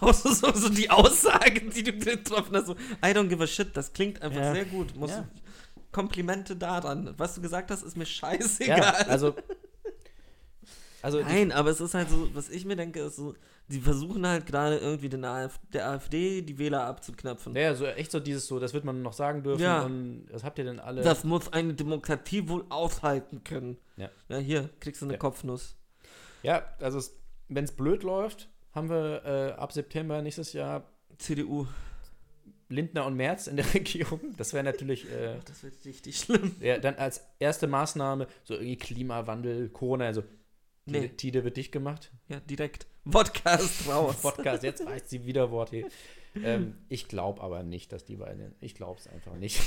C: Außer so, so die Aussage, die du getroffen hast. So, I don't give a shit. Das klingt einfach
D: Ja.
C: sehr gut. Muss
D: Ja.
C: Komplimente daran. Was du gesagt hast, ist mir scheißegal.
D: Ja, also. Also, die-
C: Nein, aber es ist halt so, was ich mir denke, ist so, die versuchen halt gerade irgendwie den AfD, der AfD die Wähler abzuknöpfen.
D: naja, so echt so dieses so, das wird man noch sagen dürfen.
C: Ja.
D: Und was habt ihr denn alle?
C: Das muss eine Demokratie wohl aushalten können.
D: Ja.
C: Ja, hier kriegst du eine
D: Ja.
C: Kopfnuss.
D: Ja, also wenn es blöd läuft, haben wir äh, ab September nächstes Jahr
C: CDU.
D: Lindner und Merz in der Regierung. Das wäre natürlich äh,
C: Ach, das wird richtig schlimm.
D: ja, dann als erste Maßnahme so irgendwie Klimawandel, Corona, also
C: Nee.
D: Tide, Tide wird dicht gemacht.
C: Ja, direkt. Podcast raus.
D: Podcast, jetzt reicht sie wieder Worte. Ähm, ich glaube aber nicht, dass die beiden. Ich glaube es einfach nicht.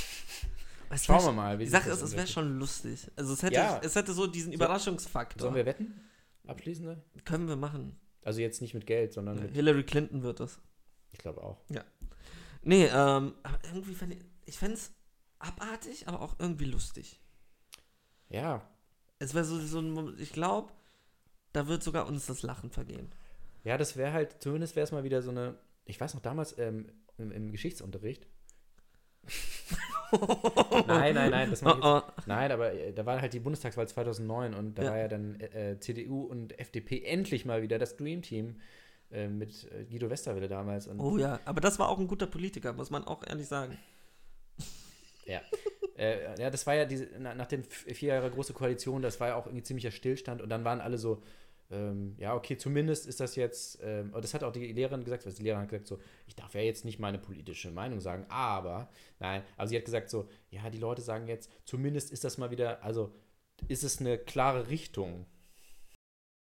C: Es wär
D: Schauen wir mal. Wie
C: Die
D: sich
C: Sache
D: das
C: ist, es wäre
D: entwickelt.
C: schon lustig. Also es hätte,
D: Ja.
C: es hätte so diesen Überraschungsfaktor.
D: Sollen wir wetten? Abschließende?
C: Können wir machen.
D: Also jetzt nicht mit Geld, sondern mit.
C: Hillary Clinton wird das.
D: Ich glaube auch.
C: Nee, ähm, aber irgendwie fänd ich, ich fände es abartig, aber auch irgendwie lustig.
D: Ja.
C: Es wäre so, so ein Moment, ich glaube, da wird sogar uns das Lachen vergehen.
D: Ja, das wäre halt, zumindest wäre es mal wieder so eine, ich weiß noch damals ähm, im, im Geschichtsunterricht. nein, nein, nein, das
C: Oh,
D: mach ich
C: oh.
D: jetzt. Nein, aber äh, da war halt die Bundestagswahl 2009 und da
C: Ja.
D: war ja dann äh, äh, CDU und FDP endlich mal wieder das Dream Team äh, mit äh, Guido Westerwelle damals. Und,
C: oh ja, aber das war auch ein guter Politiker, muss man auch ehrlich sagen.
D: ja. Äh, ja, das war ja diese, na, nach den f- vier Jahre große Koalition, das war ja auch irgendwie ziemlicher Stillstand und dann waren alle so, ähm, ja, okay, zumindest ist das jetzt, ähm, und das hat auch die Lehrerin gesagt, was die Lehrerin hat gesagt, so, ich darf ja jetzt nicht meine politische Meinung sagen, aber, nein, aber sie hat gesagt also, so, ja, die Leute sagen jetzt, zumindest ist das mal wieder, also ist es eine klare Richtung.